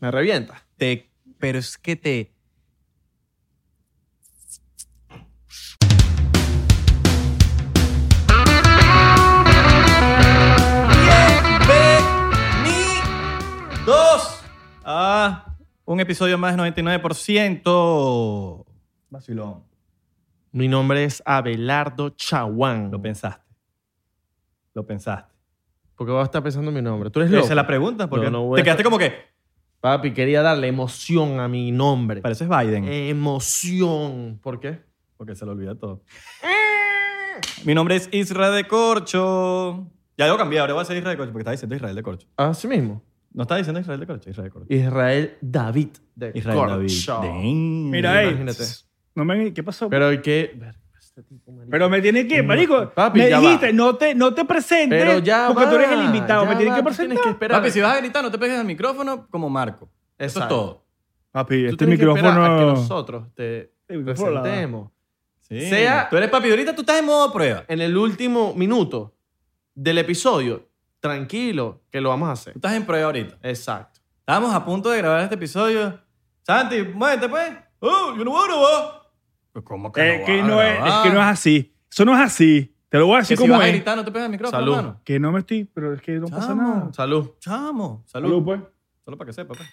Me revienta. Te, pero es que te. Bienvenidos a un episodio más de 99%. Vacilón. Mi nombre es Abelardo Chaguán. Lo pensaste. Lo pensaste. ¿Por qué vas a estar pensando en mi nombre? Tú eres Esa loco. es la pregunta. Porque No, no voy te a- quedaste como que. Papi, quería darle emoción a mi nombre. Pareces Eh, Biden. Emoción. ¿Por qué? Porque se lo olvida todo. Mi nombre es Israel de Corcho. Ya lo cambié, ahora voy a ser Israel de Corcho porque está diciendo Israel de Corcho. Así mismo. No está diciendo Israel de Corcho, Israel de Corcho. Israel David de Israel Corcho. David. Mira eh, ahí. Imagínate. No me, ¿Qué pasó? Pero, Pero ¿y qué. Este tipo, marico. me tiene que, marico. Papi, me ya dijiste, va. no te, no te presentes. Pero ya Porque va, tú eres el invitado. ya Me tienes va, que tú Tienes presentar. que esperar. Papi, si vas a gritar, no te pegues al micrófono como Marco. Eso es Exacto. todo. Tú Papi, este tienes que esperar a que micrófono. nosotros te Este micrófono. presentemos. Sí. Sea- Tú eres papi, ahorita tú estás en modo prueba. En el último minuto del episodio, tranquilo, que lo vamos a hacer. Tú estás en prueba ahorita. Exacto. Estábamos a punto de grabar este episodio. Santi, muévete pues. Oh, yo no voy a grabar. Pues, ¿Cómo que Es no Eh, que vas a no es, es grabar? que no es así. Eso no es así. Te lo voy a Que decir si como vas a es. gritar, no te pegues al micrófono, Salud. hermano. Que no me estoy, pero es que no pasa Chamo. nada. Salud. Chamo, salud. Salud, pues. Solo para que sepa, pues.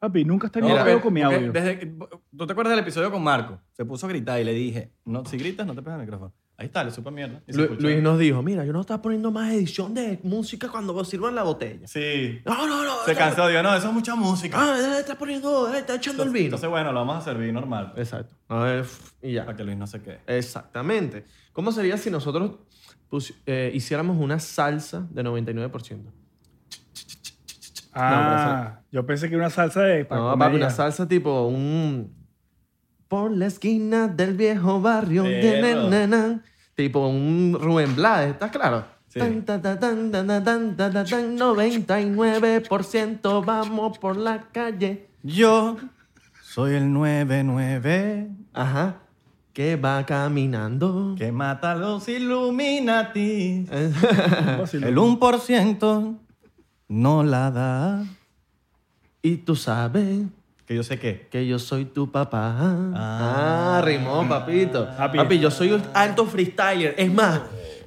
Papi, nunca has tenido No, Mira, pedo porque- Pues con mi porque audio. desde que- ¿Tú te acuerdas del episodio con Marco? Se puso a gritar y le dije, no, si gritas, no te pegas el micrófono. Ahí está, le supo mierda. y se Lu- escuchó. Luis nos dijo, mira, yo no estaba poniendo más edición de música cuando vos sirvan la botella. Sí. No, no, no. Se no. cansó, dijo, no, eso es mucha música. Ah, eh, está poniendo, eh, está echando el entonces, vino. entonces, bueno, lo vamos a servir normal. pues, Exacto. A ver, f- y Para ya. que Luis no se quede. Exactamente. ¿Cómo sería si nosotros pusi- eh, hiciéramos una salsa de 99%? Ah, yo pensé que era una salsa de. para No, comer papi, ya. una salsa tipo un... Por la esquina del viejo barrio de Perro. Nenanan. Tipo un Rubén Blades, ¿estás claro? Sí. Tan, ta, ta, tan, ta, ta, tan, ta, ta, tan, 99% vamos por la calle. Yo soy el 99 Ajá. Que va caminando. que mata a los Illuminati. Vacilón. El 1% no la da. Y tú sabes Que yo sé qué. que yo soy tu papá. Ah. Ah, rimó, papito. Papi. Papi. yo soy un alto freestyler. Es más,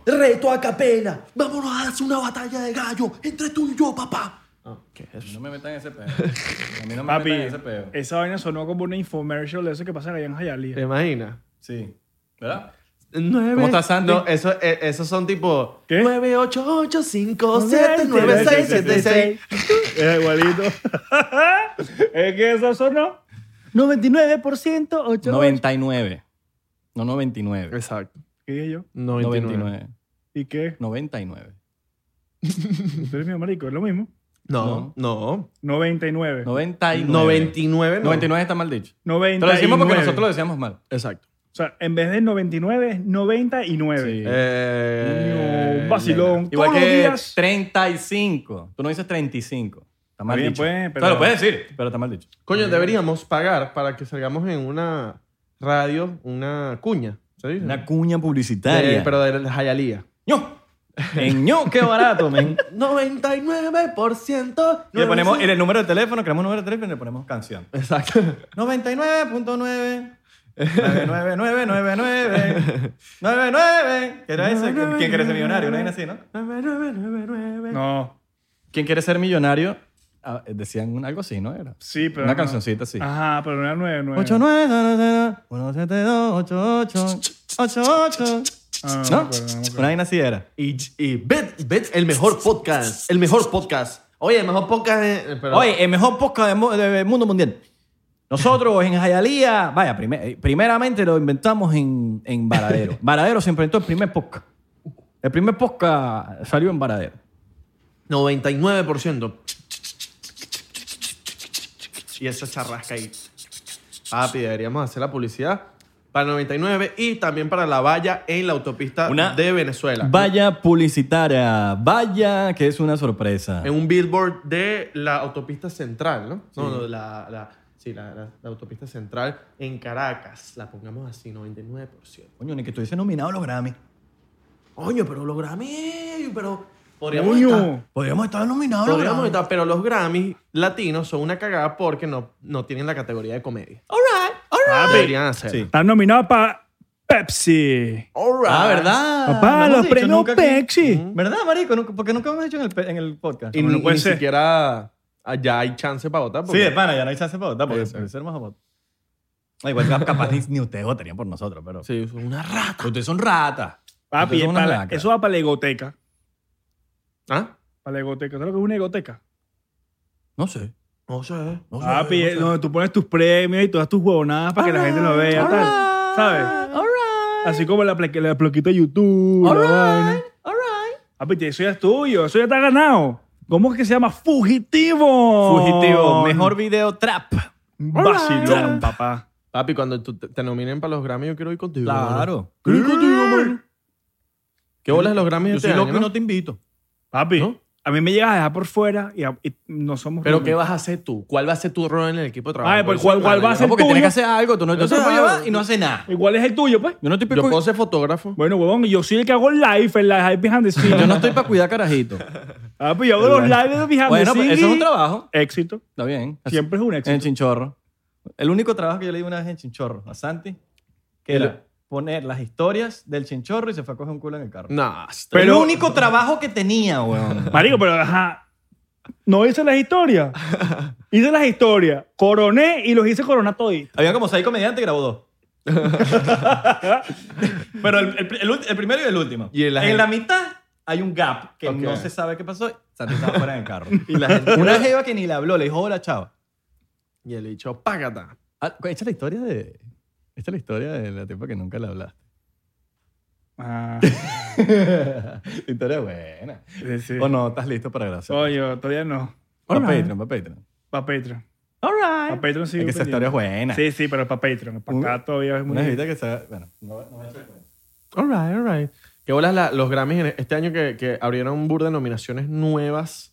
reto a capela. Vámonos a hacer una batalla de gallo entre tú y yo, papá. Ah, ¿Qué es eso? No me metan en ese peo. A mí no me Papi, metan en ese peo. esa vaina sonó como una infomercial de eso que pasan allá en ¿Te Hialeah. imaginas? Sí. ¿Verdad? Nueve- ¿Cómo estás, Sandy? No, eso, eh, esos son tipo... ¿Qué? 9, 8, 8, 5, 7, 9, 6, 7, 6. Es Eh, igualito. Eh, es que eso sonó. 99%, 8. 99. No 99. Exacto. ¿Qué dije yo? 99. 99. ¿Y qué? 99. Tú eres mi marico, es lo mismo. No, no. 99. 99. 99 no. 99 está mal dicho. 99. Te lo decimos porque nosotros lo decíamos mal. Exacto. O sea, en vez de 99 es 99. Sí. Eh, Coño, un vacilón. Igual Todos los que días. 35. Tú no dices 35. Está mal Bien, dicho. pues, O sea, pero- lo puedes decir, pero está mal dicho. Coño, deberíamos pagar para que salgamos en una radio, una cuña. ¿Se dice? Una cuña De- publicitaria. pero de la Jayalía. Eh, ¡Ño! En ño, qué barato, men. 99%. Y le ponemos el número de teléfono, creamos un número de teléfono y le ponemos canción. Exacto. 99.9 99999 99 ¿Qué era ese? ¿Quién quién quiere ser millonario? Una vaina así, ¿no? 9999. No. ¿Quién quiere ser millonario? Ah, decían algo así, ¿no? Ah, Era Sí, pero. una no. cancioncita así. Ajá, pero no era 99. 89 88 Ah, ¿No? pero no, pero- Una vaina así era. Y, y Bet, Bet, el mejor podcast. El mejor podcast. Oye, el mejor podcast. eh, pero- Oye, el mejor podcast del mu- del mundo mundial. Nosotros en Jayalía, vaya, prime- eh, primeramente lo inventamos en, en Varadero. Varadero se inventó el primer podcast. El primer podcast salió en Varadero. 99%. Y esa charrasca ahí. Papi, deberíamos hacer la publicidad para 99 y también para la valla en la autopista Una de Venezuela. Vaya publicitaria, vaya que es una sorpresa. En un billboard de la autopista central, ¿no? No, no, la, la, sí, la, la- la autopista central en Caracas. La pongamos así, 99%. Coño, ni que estuviese nominado a los Grammy. Coño, pero los Grammy, pero... Podríamos Coño. estar. Podríamos estar nominados. los Podríamos Grammy. estar, pero los Grammys latinos son una cagada porque no, no tienen la categoría de comedia. All right, all Ah, right. Deberían hacer. Sí. Está nominado para Pepsi. All right. Ah, ¿verdad? No Papá, hemos los dicho premios nunca que- Mm. Pepsi. ¿Verdad, marico? Nunca- Porque nunca hemos dicho en el, pe- en el podcast. Y No, no ni, puede ni ser. siquiera allá hay chance para votar. Sí, porque- de pana, ya no hay chance para votar, porque Sí, sí. puede ser más a votar. Ah, Igual cap- capaz ni, ni ustedes votarían por nosotros, pero... Sí, son una rata. Ustedes son ratas. Entonces, Papi, es una para- lacra. eso va para la egoteca. ¿Ah? Para la egoteca. ¿Sabes lo que es una egoteca? No sé. No sé. No sé. Papi, eh, es donde tú pones tus premios y todas tus huevonadas para que la gente lo vea. tal. ¿Sabes? All right. Así como la, pla- la plaquita de YouTube. la vaina. all right. Papi, te- eso ya es tuyo. Eso ya está ganado. ¿Cómo es que se llama? Fugitivo. Fugitivo, mejor video trap. Vacilón, papá. Papi, cuando tú te, te nominen para los Grammys, yo quiero ir contigo. mano. Claro. Quiero ir contigo, mano. ¿Qué bolas de los Grammys Yo este soy loco año, y no? no te invito. Papi, ¿No? a mí me llegas a dejar por fuera y, a- y no somos... ¿Pero qué vas a hacer tú? ¿Cuál va a ser tu rol en el equipo de trabajo? Ay, pues, ¿cuál- Yo soy cuál va a manager. ser? No, porque tuyo. tienes que hacer algo. Tú no, Yo tú te sé puedes algo. llevar y no haces nada. Igual es el tuyo, pues. Yo no estoy para Yo puedo ser fotógrafo. Bueno, huevón, yo soy el que hago live en la hype behind the scenes. yo no estoy para cuidar carajito. Papi, yo hago los lives de behind bueno, the pues, scenes. eso es y- un trabajo. Éxito. Está bien. Así- Siempre es un En el éxito. chinchorro. El único trabajo que yo le di una vez en chinchorro a Santi, que El- era poner las historias del chinchorro y se fue a coger un culo en el carro. No, el Pero- único trabajo que tenía, weón. Marico, pero ajá. No hice las historias. Hice las historias. Coroné y los hice coronar todito. Había como seis comediantes y grabó dos. Pero el, el- el ulti- el primero y el último. Y la en gente- la mitad hay un gap que Ok. no se sabe qué pasó. Santi estaba fuera en el carro. Y la gente... Una jeva que ni le habló, le dijo hola, chao. Y el bicho, págata. Ah, esta es la historia de. Esta es la historia de la tipa que nunca le hablaste. Ah, La historia buena. sí, sí. O no, estás listo para grabar. Oye, todavía no. Para Alright. Patreon, para Patreon. Para Patreon. All Para Patreon sí. Es que esa historia es buena. Sí, sí, pero para Patreon. Para Un- acá todavía es muy... Una jevita que se. Bueno, no, no voy a hacer cuenta. All right, all right. ¿Qué bolas la- los Grammys en- este año que, que abrieron un burda de nominaciones nuevas?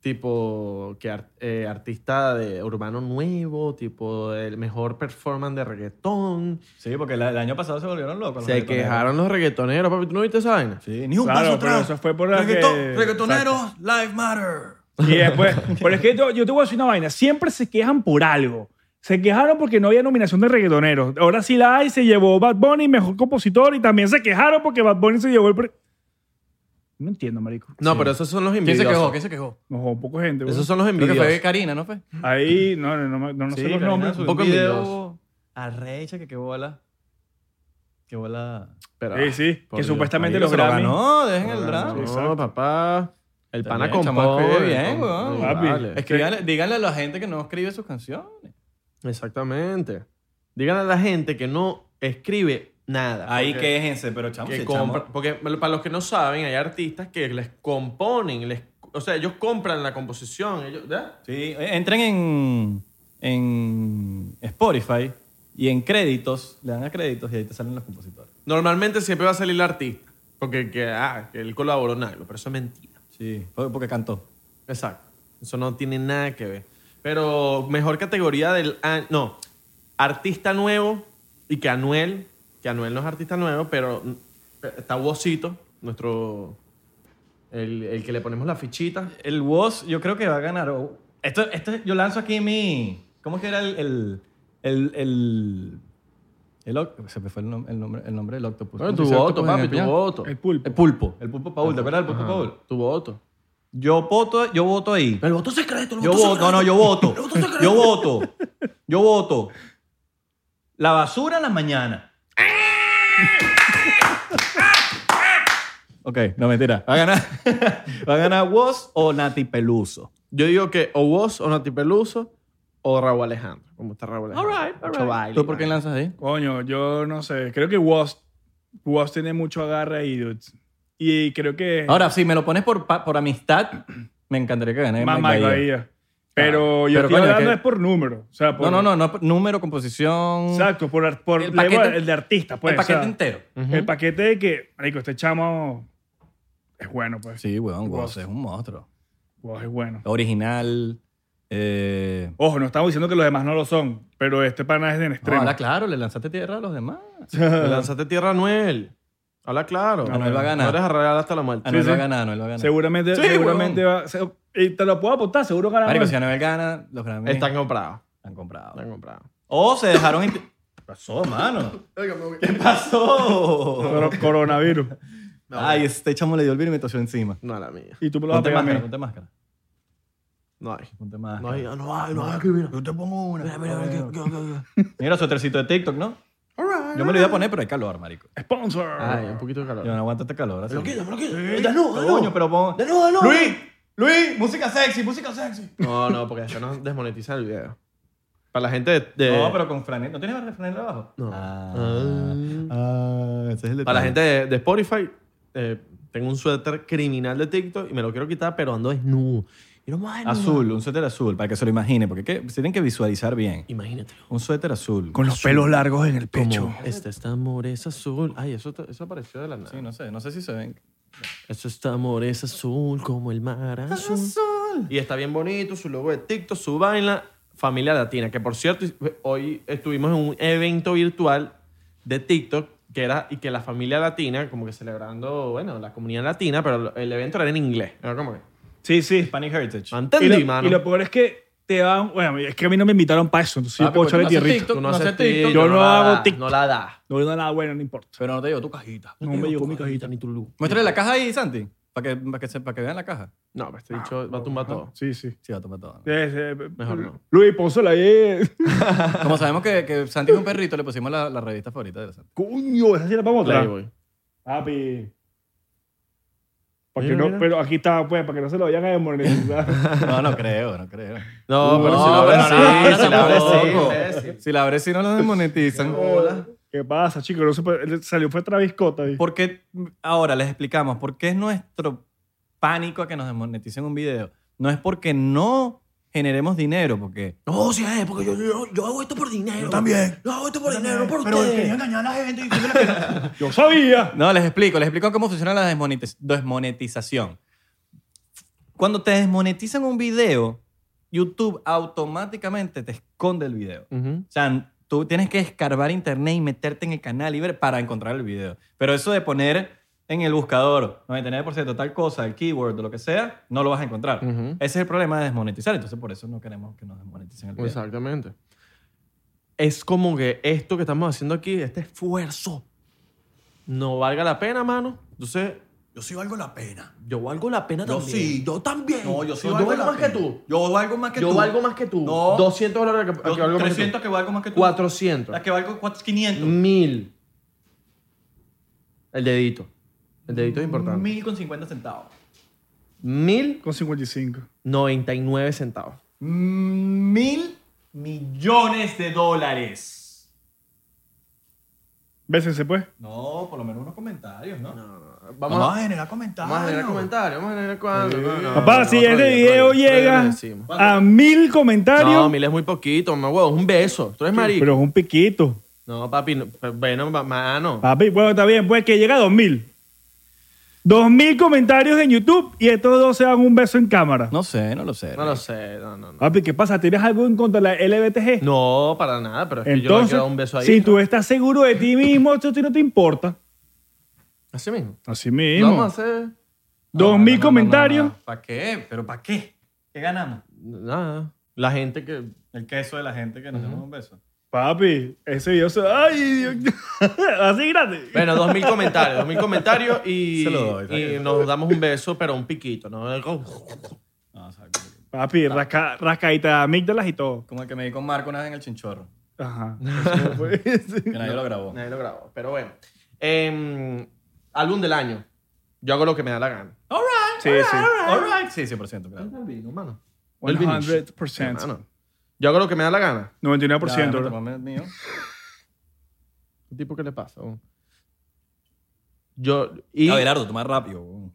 Tipo, que ar- eh, artista de urbano nuevo, tipo, el mejor performance de reggaetón. Sí, porque la- el año pasado se volvieron locos. los Se reggaetoneros. quejaron los reggaetoneros, papi. ¿Tú no viste esa vaina? Sí, ni un Claro, paso pero atrás. eso fue por la que- Reggaetoneros, live matter. Y después, pero es que yo, yo te voy a decir una vaina, siempre se quejan por algo. Se quejaron porque no había nominación de reggaetoneros. Ahora sí la hay, se llevó Bad Bunny, mejor compositor, y también se quejaron porque Bad Bunny se llevó el... pre- No entiendo, marico. No, pero esos son los ¿Quién se quejó? envidiosos. ¿Quién se quejó? No, joder, poco gente. güey. Esos son los Creo que fue envidiosos. Karina, ¿no fue? Ahí, no, no, no, no, no sé los Karina nombres. subió un poco un envidiosos. video arrecha que qué bola. Qué bola. Pero, Sí, sí, Ah, por que Dios, supuestamente marico, los Se lo Grammy... ganó, dejen el No, drama. Exacto. No, papá. El Está pana bien, chamaco, compone, bien, con- weón. vale. Papi. Escríbanle- díganle a la gente que no escribe sus canciones. Exactamente. Díganle a la gente que no escribe nada. Ahí porque- quéjense, pero chamo, que sí, compra- chamo. porque para los que no saben, hay artistas que les componen, les, o sea, ellos compran la composición, ellos, ¿verdad? Sí, eh, entren en, en Spotify y en créditos, le dan a créditos y ahí te salen los compositores. Normalmente siempre va a salir el artista, porque que, ah, que él colaboró en algo, pero eso es mentira. Sí, fue porque cantó. Exacto. Eso no tiene nada que ver. Pero mejor categoría del año, no, artista nuevo y que Anuel, que Anuel no es artista nuevo, pero mm, está Wosito, nuestro el, el que le ponemos la fichita. El Woz yo creo que va a ganar. o- Esto, esto, yo lanzo aquí mi... ¿Cómo es que era el... el, el, el, el oc- se me fue el, nom- el nombre, el nombre del octopus. ¿Cómo se dice octopus en español? El pulpo. El pulpo. El pulpo Paul. ¿Te acuerdas del pulpo Ajá, Paul? Tu voto. Yo voto, yo voto ahí. El voto secreto. Yo voto, no, no, yo voto. Yo voto. Yo voto. La basura en las mañanas. ok, no mentira. Va a ganar, va a ganar Woz o Nati Peluso. Yo digo que o vos, o Nati Peluso, o Raúl Alejandro. Como está Raúl Alejandro. All right, all Mucho right. baile, ¿Tú por qué baile. lanzas ahí? Coño, yo no sé. Creo que Was, Was tiene mucho agarre ahí, dudes. Y creo que... Ahora, si me lo pones por, pa- por amistad, me encantaría que gané. Más Mike Bahía. Bahía. Pero yo Pero, estoy coño, hablando que- es por número. O sea, por- No, no, no, no, Número, composición. Exacto, por, ar- por El el, paquete- el de artista, pues. el paquete o sea, entero. Ujú. El paquete de que, marico, este chamo es bueno, pues. Sí, weón, Woz Woz. es un monstruo. Wow, es bueno. Original. Eh, Ojo, no estamos diciendo que los demás no lo son, pero este pana es en No, extremo. ahora claro, le lanzaste tierra a los demás. Le lanzaste tierra a Anuel. Habla claro. Anuel va a ganar. No eres arreglar hasta la muerte. Anuel sí. Ah, va a ganar, Anuel va a ganar. Seguramente, Sí, seguramente va. se- y te lo puedo apostar, seguro ganamos. Marico, si Anuel gana, los Grammys Están comprados. están comprados. Están comprados. O se dejaron... inti- ¿Qué pasó, mano? ¿Qué pasó? Coro- Coronavirus. Ay, este chamo le dio el virus y me tosió encima. No, la mía. Y tú me lo vas a Ponte pegar a mí. máscara, ponte máscara. No hay. Ponte No máscara. hay, no hay, no hay. que Mira, yo te pongo una. Mira, mira, mira. que- que- que- Mira su tercito de TikTok, ¿no? Yo me lo iba a poner, pero hay calor, marico. Sponsor. Ay, un poquito de Yo calor. no aguanto este calor. así. me lo quito. Desnudo, Coño, pero pon... Desnudo, desnudo. ¡Luis! ¡Luis! ¡Música sexy! ¡Música sexy! No, no, porque eso nos desmonetiza el video. Para la gente de... de- No, pero con franela. ¿No tienes franela abajo? No. Ah, Ah. ah, ese es el detalle. Para la gente de, de Spotify, eh, tengo un suéter criminal de TikTok y me lo quiero quitar, pero ando desnudo. Y no más desnudo. Azul, un suéter azul, para que se lo imagine, porque ¿qué? tienen que visualizar bien. Imagínatelo. Un suéter azul. Con los pelos largos en el pecho. Como, Este, este amor es azul. Ay, eso, eso apareció de la nada. Sí, no sé, no sé si se ven. Eso este amor es azul como el mar azul. Azul. Y está bien bonito, su logo de TikTok, su vaina, familia latina. Que por cierto, hoy estuvimos en un evento virtual de TikTok que era y que la familia latina, como que celebrando, bueno, la comunidad latina, pero el evento era en inglés. Era como que. Sí, sí. Hispanic Heritage. No Y entendí, lo, mano. y lo peor es que te dan. Bueno, es que a mí no me invitaron para eso, entonces yo Papi, puedo porque echarle no haces tierrita. TikTok. Ah, Tú no no haces haces TikTok, yo no la hago da, TikTok. No la da. No no nada bueno, no importa. Pero no te llegó tu cajita. No me llegó mi cajita. ni tu luz. Muéstrale la caja ahí, Santi, para que, para que, se- para que vean la caja. No, pero este dicho va a tumbar todo. Sí, sí. Sí, va a tomar todo. Mejor Mejor no. Luis, pónsela ahí. Como sabemos que, que Santi es un perrito, le pusimos la, la revista favorita de la Santi. Coño, esa sí la podemos traer. Playboy. Papi. Pa' Mira, que no- mira. pero aquí está, pues, para que no se lo vayan a desmonetizar. No, no creo, no creo. No, pero No, si la abres, sí, pero no, si la abres, sí, tampoco. imbécil. Si la abres, si no la desmonetizan. ¿Qué pasa, chicos? No se puede- él salió fue Travis Scott ahí. Porque ahora les explicamos por qué es nuestro pánico a que nos desmoneticen un video. No es porque no generemos dinero, porque No, sí es, porque yo, yo, yo hago esto por dinero. Yo también. Yo hago esto por dinero, por ustedes. engañar a la gente. Yo sabía. No, les explico, les explico cómo funciona la desmonetiz- desmonetización. Cuando te desmonetizan un video, YouTube automáticamente te esconde el video. Ujú. O sea, tú tienes que escarbar internet y meterte en el canal y ver para encontrar el video. Pero eso de poner en el buscador 99% tal cosa, el keyword o lo que sea, no lo vas a encontrar. Ujú. Ese es el problema de desmonetizar. Entonces, por eso no queremos que nos desmoneticen el video. Exactamente. Es como que esto que estamos haciendo aquí, este esfuerzo, no valga la pena, mano. Entonces, Yo sí valgo la pena. yo valgo la pena Yo también. sí, yo también. No, yo sí Yo valgo valgo la más que pena. tú. Yo valgo más que yo tú. valgo más que tú. No. 200 dólares que, que valgo más que tú. Mm, que valgo más que 400. que valgo 500. 1000. El dedito. El dedito es importante. Mm, Mil con 50 centavos. 1000. Con 55. 99 centavos. Mm, Mil millones de dólares. Bésense, pues. Ah, No, por lo menos unos comentarios, ¿no? Vamos, a generar comentarios. Vamos a generar comentarios, vamos a generar cuándo. No, no, Papá, no, si otro este día, video otro día, otro día lo llega decimos. a mil comentarios. No, mil es muy poquito, mamá huevo, un beso. Tú eres marico. pero es un piquito. No, papi, no, pero bueno, ma- mano. Papi, bueno, está bien, pues que llega a 2000. 2000 comentarios en YouTube y estos dos se dan un beso en cámara. No sé, no lo sé. No lo sé, no, no, no. Papi, ¿qué pasa? ¿Tienes algo en contra de la LBTG? No, para nada, pero es que yo le Entonces, quiero dar un beso ahí. si ¿no? tú estás seguro de ti mismo, esto a ti no te importa. Así mismo. Así Lo mismo. vamos a hacer. 2000 comentarios. ¿Para qué? ¿Pero para qué? ¿Qué ganamos? Nada. La gente que. El queso de la gente que nos damos un beso. Papi, ese video se... ¡Ay, Dios! Así grande. Bueno, dos mil comentarios, dos mil comentarios y, Se lo doy, está y bien. nos damos un beso, pero un piquito, ¿no? No, o sea, Papi, Ah. rasca, rascadita de amígdalas y todo. como el que me di con Marco una vez en el chinchorro. Ajá. Que nadie lo grabó. Nadie lo grabó, pero bueno. Em, álbum del año. Yo hago lo que me da la gana. All right. Sí, sí. All right. Sí, 100%, claro. hermano. 100%. Yo hago lo que me da la gana. 99%. Ya, bro. toma el mío. ¿Un tipo qué le pasa? weón? Yo. Y No, Abelardo, toma rápido. weón.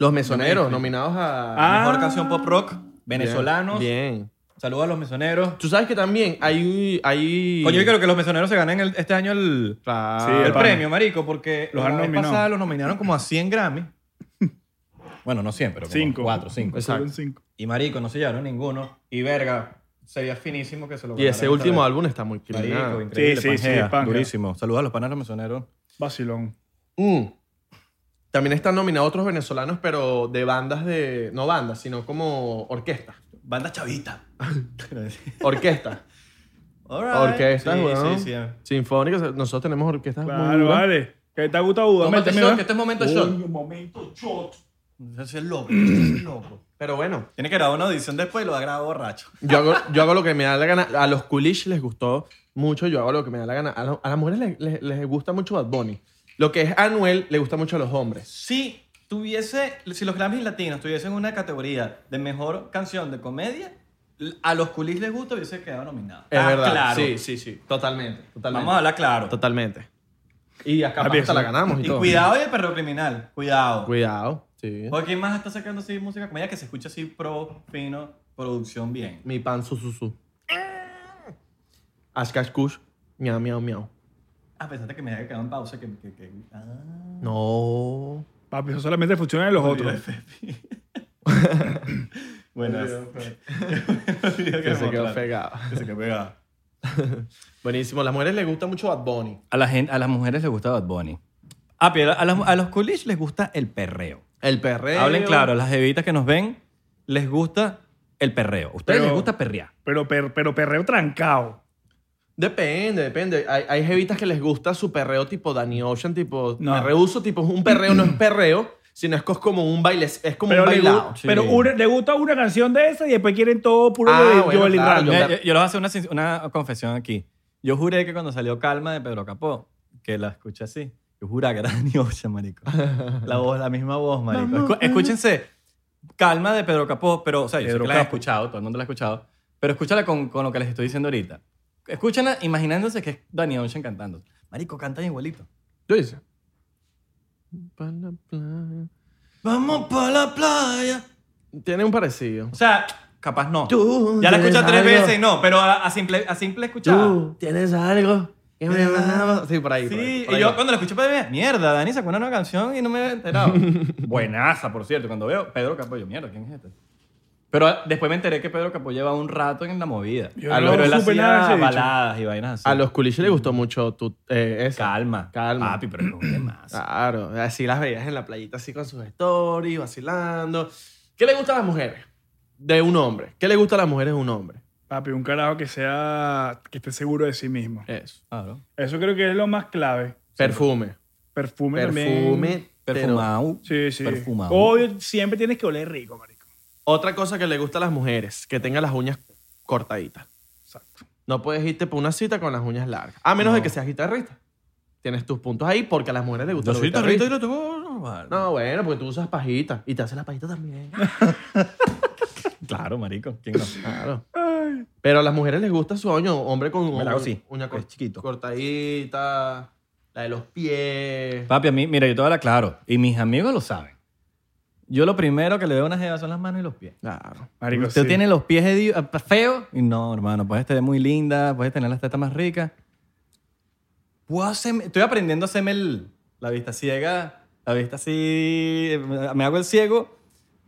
los mesoneros nominados a. Ah. Mejor canción pop rock, Bien, venezolanos. Bien. Saludos a los mesoneros. Tú sabes que también hay. hay... Coño, yo creo que los mesoneros se ganen el- este año el, Claro. Sí, el pana. premio, marico, porque Los la han vez nominado. pasada los nominaron como a 100 Grammy. bueno, no 100, pero como Cinco. 4, 5. Exacto. Solo en cinco. Y marico, no se llevaron ninguno. Y verga, sería finísimo que se lo Y ese ganaran último esta álbum está muy vez. Marico, criminal. increíble, Sí, sí, sí, Pangea, Pangea. durísimo. Saludos a los panas los mesoneros. Vacilón. Mm. También están nominados otros venezolanos, pero de bandas de. No bandas, sino como orquestas. Banda chavita. Orquestas. Alright. orquestas, Sí, weón. sí, sí. Sinfónicas. Nosotros tenemos orquestas muy Claro, buenas. vale. Que te gusta Buda. Tómate méteme, shot, ¿no? que este es momento Uh. shot. momento shot. Ese es loco, ese es loco. Pero bueno, Tiene que grabar una audición después y lo va a grabar borracho. yo hago, yo hago lo que me da la gana. A los coolish les gustó mucho, yo hago lo que me da la gana. A, lo- a las mujeres les, les- les gusta mucho Bad Bunny. Lo que es Anuel le gusta mucho a los hombres. Si tuviese, si los Grammys latinos tuviesen una categoría de mejor canción de comedia, a los culis les gusta hubiese quedado nominado. Es Ah, verdad. Claro. Sí, sí, sí. Totalmente. totalmente. Vamos a hablar claro. Totalmente. Y acá Ah, Papi, hasta eso- la ganamos y, Y todo. cuidado y el perro criminal. Cuidado. Cuidado. Sí. Porque ¿quién más está sacando así música de comedia que se escucha así pro, fino, producción bien. Mi pan su su su. Ashkash Kush. Miau, miau, miau. Ah, pensaste que me había quedado en pausa. Que, que, que- ah. No. Papi, eso solamente funciona en los otros. Bueno, Que se quedó pegado. Que se quedó pegado. Buenísimo. Las mujeres les gusta mucho Bad Bunny. A, la gente, a las mujeres les gusta Bad Bunny. Ah, pero a, las- a los coolish les gusta el perreo. El perreo. Hablen claro, a las evitas que nos ven les gusta el perreo. A ustedes Pero- les gusta perrear. Pero, per- pero perreo trancado. Depende, depende. Hay, hay jevitas que les gusta su perreo tipo Danny Ocean, tipo No. me rehuso, tipo un perreo no es perreo, sino es cos- como un baile, es como Pero, un le, bailado. gu- pero una- le gusta una canción de esa y después quieren todo puro Ah, de bueno, Jolly claro, Rancher. yo- Mira, yo, yo les voy a hacer una, sin- una confesión aquí. Yo juré que cuando salió Calma de Pedro Capó, que la escuché así, yo juré que era Danny Ocean, marico. La voz, la misma voz, marico. Vamos, Escu- escúchense Calma de Pedro Capó, pero, o sea, yo sé Pedro que la he Capó. escuchado, todo el mundo la ha escuchado, pero escúchala con, con lo que les estoy diciendo ahorita. Escúchenla imaginándose que es Danny Ocean cantando. Marico, cantan igualito. Yo hice. Pa' la playa. Vamos para la playa. Tiene un parecido. O sea, capaz no. Tú ya la escuchas tienes tres algo. veces y no, pero a, a simple, a simple escuchada. tienes algo que me mama? Sí, por ahí. por ahí, Sí, por y ahí yo va. cuando la escuché, pues, mierda, Dani sacó una nueva canción y no me había enterado. Buenaza, por cierto. Cuando veo Pedro Capó, yo, mierda, ¿quién es este? Pero ah, después me enteré que Pedro Capó lleva un rato en la movida. Yo Ah, no pero él supe hacía nada de ese bicho. baladas y vainas así. A los culiches les gustó mucho tu, eh, esa. Calma. Calma. Ah. Papi, pero no es más. Claro, así las veías en la playita, así con sus stories, vacilando. ¿Qué le gusta a las mujeres? De un hombre. ¿Qué le gusta a las mujeres de un hombre? Papi, un carajo que sea. que esté seguro de sí mismo. Eso. Claro. Eso creo que es lo más clave. Perfume. Perfume, también. Perfume. pero- Perfumado. Sí, sí. Perfumado. Obvio, siempre tienes que oler rico, marico. Otra cosa que le gusta a las mujeres, que tengan las uñas cortaditas. Exacto. No puedes irte por una cita con las uñas largas. A menos de que seas guitarrista. Tienes tus puntos ahí porque a las mujeres les gusta Yo los soy tarrito y guitarristas. lo tengo normal. No, bueno, porque tú usas pajita y te haces la pajita también. Claro, marico. ¿Quién no? Claro. Pero a las mujeres les gusta su uña, hombre con Me la hago así, uña es chiquito. cortadita, la de los pies. Papi, a mí, mira, yo te voy a hablar claro. Y mis amigos lo saben. Yo lo primero que le veo a una jeva son las manos y los pies. Claro. Marico, Usted sí. tiene los pies hedi- eh, feos. Y no, hermano, puedes estar muy linda, puedes tener las tetas más ricas. Puedo hacerme- estoy aprendiendo a hacerme el- la vista ciega, la vista así, eh, me hago el ciego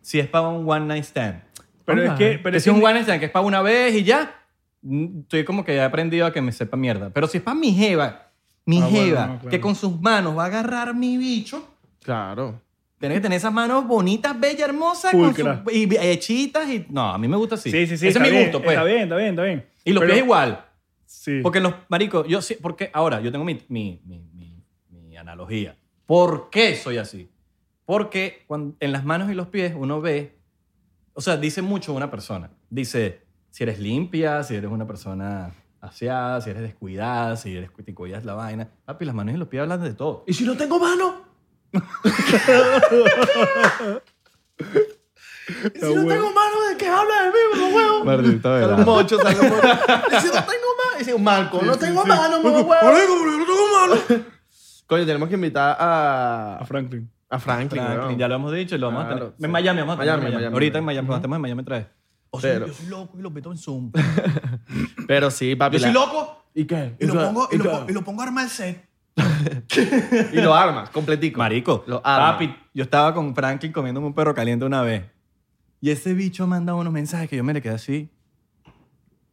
si es para un one night stand. Pero es Alright. que- pero es si es un que- one night stand que es para una vez y ya, mm, estoy como que ya he aprendido a que me sepa mierda. Pero si es para mi jeva, mi Ah, bueno, jeva, no, claro. que con sus manos va a agarrar mi bicho, Claro. Tienes que tener esas manos bonitas, bellas, hermosas, con Pulcra. su- y hechitas. Y, no, a mí me gusta así. Sí, sí, Ese sí. está es mi bien, gusto, pues. Está bien, está bien, está bien. Y los Pero- pies igual. Sí. Porque los maricos, yo sí, porque ahora yo tengo mi, mi, mi, mi- mi analogía. ¿Por qué soy así? Porque cuando, en las manos y los pies uno ve, o sea, dice mucho una persona. Dice si eres limpia, si eres una persona aseada, si eres descuidada, si eres te cuidas la vaina. Papi, las manos y los pies hablan de todo. ¿Y si no tengo mano? Y si no tengo mano, ¿de qué habla de mí, mamá huevo? Maldita Salgo mocho, salgo mocho. ¿Y si no tengo mano? Y si un marco, no tengo mano, mamá huevo. Marico, pero yo no tengo mano. Coño, tenemos que invitar A a, Franklin. a Franklin. Franklin, weón. ya lo hemos dicho y lo vamos a Claro, tener. sí. En Miami, vamos a tener Miami, Miami. Ahorita en Miami, cuando estemos en Miami otra vez. O sea, Pero- yo soy loco y lo meto en Zoom. Pero sí, papi. Yo soy la- loco ¿Y qué? y lo qué? pongo, y lo, qué? po- y lo pongo a armar el set. Y lo armas, completico. Marico, Lo arma. papi, yo estaba con Franklin comiéndome un perro caliente una vez. Y ese bicho manda unos mensajes que yo me le quedé así.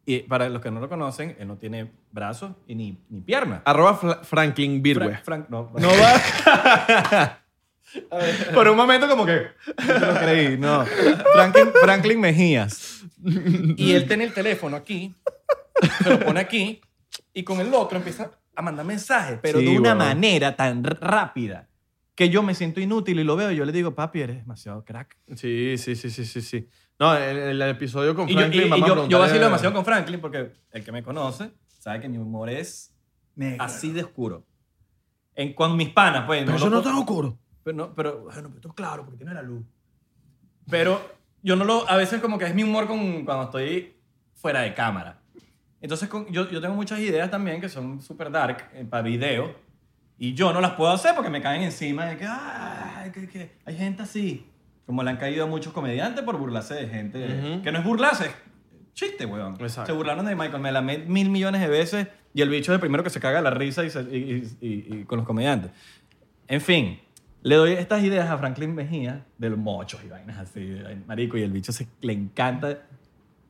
Y para los que no lo conocen, él no tiene brazos y ni, ni piernas. Arroba Fla- Franklin Birwe. Frank, Frank, no. No va. Por un momento como que no lo creí, no. Franklin, Franklin Mejías. Y él tiene el teléfono aquí, se lo pone aquí y con el otro empieza a mandar mensajes, pero Sí, de una weón. manera tan r- rápida que yo me siento inútil y lo veo y yo le digo, papi, eres demasiado crack. Sí, sí, sí, sí, sí, sí. No, el, el episodio con Y yo, Franklin y- y vamos a yo, yo preguntarle- vacilo demasiado con Franklin porque el que me conoce sabe que mi humor es así de oscuro. En cuanto mis panas, pues... Pero no eso lo- no te lo Ah, curo. Pero, no, pero bueno, pero esto es claro, porque tiene la luz. Pero yo no lo. A veces, como que es mi humor con, cuando estoy fuera de cámara. Entonces, con- yo, yo tengo muchas ideas también que son super dark eh, para video. Y yo no las puedo hacer porque me caen encima de que, "Ay, que, que hay gente así. Como le han caído a muchos comediantes por burlarse de gente. Ujú. Que no es burlarse, es chiste, weón. Exacto. Se burlaron de Michael Melamed mil millones de veces y el bicho es el primero que se caga la risa y se- y- y- y- y con los comediantes. En fin, le doy estas ideas a Franklin Mejía de los mochos y vainas así, ay, marico, y el bicho se, le encanta.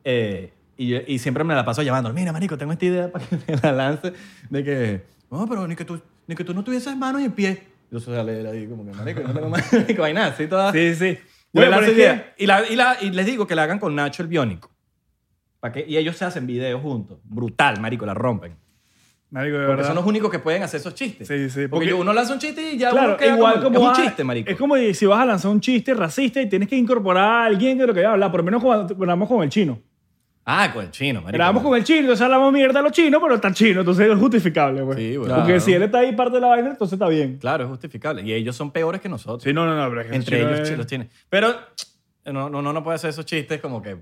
eh, y, yo- y siempre me la paso llamando, mira, marico, tengo esta idea para que me la lance, de que, no, pero ni que tú, ni que tú no tuvieses manos y pies. Yo se la leo ahí como que, marico, yo no tengo manos, marico, vainas así todas. Sí, sí. Yo le Bueno, lanzo pero es que- idea. Y, la- y la- y les digo que la hagan con Nacho el biónico. Pa' que, y ellos se hacen videos juntos. Brutal, marico, la rompen. Marico, de Porque verdad. son los únicos que pueden hacer esos chistes. Sí, sí, Porque, porque- uno lanza un chiste y ya Claro, uno queda igual como, como, es un vas- chiste, marico. Es como si vas a lanzar un chiste racista y tienes que incorporar a alguien de lo que va a hablar. Por lo menos cuando hablamos con el chino. Ah, con el chino, marico. Grabamos con el chino, entonces hablamos mierda a los chinos, pero está el chino, entonces es justificable, güey. Sí, güey. Porque Claro. si él está ahí parte de la vaina, entonces está bien. Claro, es justificable. Y ellos son peores que nosotros. Sí, no, no, no, pero es que Entre el chino ellos es- los tienen. Pero no, no, no, no puede hacer esos chistes como que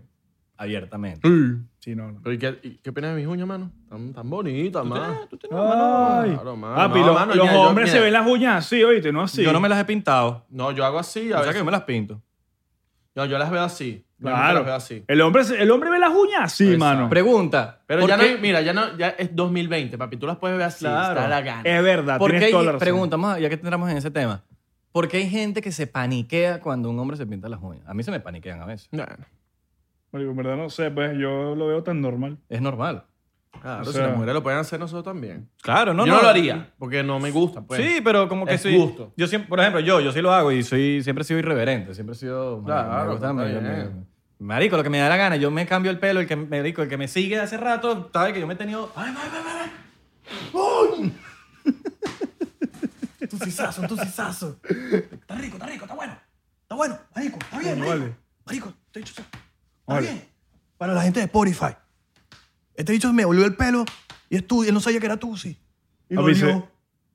abiertamente. Mm. Sí, no, no. Pero ¿y qué, y qué opinas de mis uñas, mano? Tan, tan bonitas, mano. Ay. Claro, mano. Papi, No, los, mano, los mira, yo- hombres se mira. ven las uñas así, oíste, no así. Yo no me las he pintado. No, yo hago así. A O sea veces. que yo me las pinto. No, yo las veo así. Yo nunca Claro. las veo así. El hombre, se- el hombre ve las uñas así, Exacto. mano. Pregunta. Pero ¿por ya no, qué- hay- mira, ya no, ya es 2020, papi. Tú las puedes ver así. Claro. Está la gana. Es verdad, ¿Por Ah, tienes qué toda hay, la razón. pregunta, más, ya que entramos en ese tema, ¿por qué hay gente que se paniquea cuando un hombre se pinta las uñas? A mí se me paniquean a veces. Bueno, Marico, en verdad no sé, pues yo lo veo tan normal. Es normal. Claro, O si sea- las mujeres lo pueden hacer, nosotros también. Claro, yo no lo haría, porque no me gusta, pues. sí, pero como que es sí. gusto. Yo siempre, por ejemplo, yo, yo sí lo hago y soy, siempre he sido irreverente, siempre he sido. Claro, me gusta, está me- me- bien. marico, lo que me da la gana, yo me cambio el pelo, el que me digo, el que me sigue hace rato, sabe que yo me he tenido. ¡Ay, ay, ay, ay, ay! ¡Uy! Tu sisazo, tu sisazo. Está rico, está rico, está bueno. Está bueno, marico, está bien. Coño, rico. vale. Marico, te he dicho. Está Vale. bien. Para la gente de Spotify. Este dicho me volvió el pelo y es tu, él no sabía que era tú, sí. Y Papi, sí. volvió.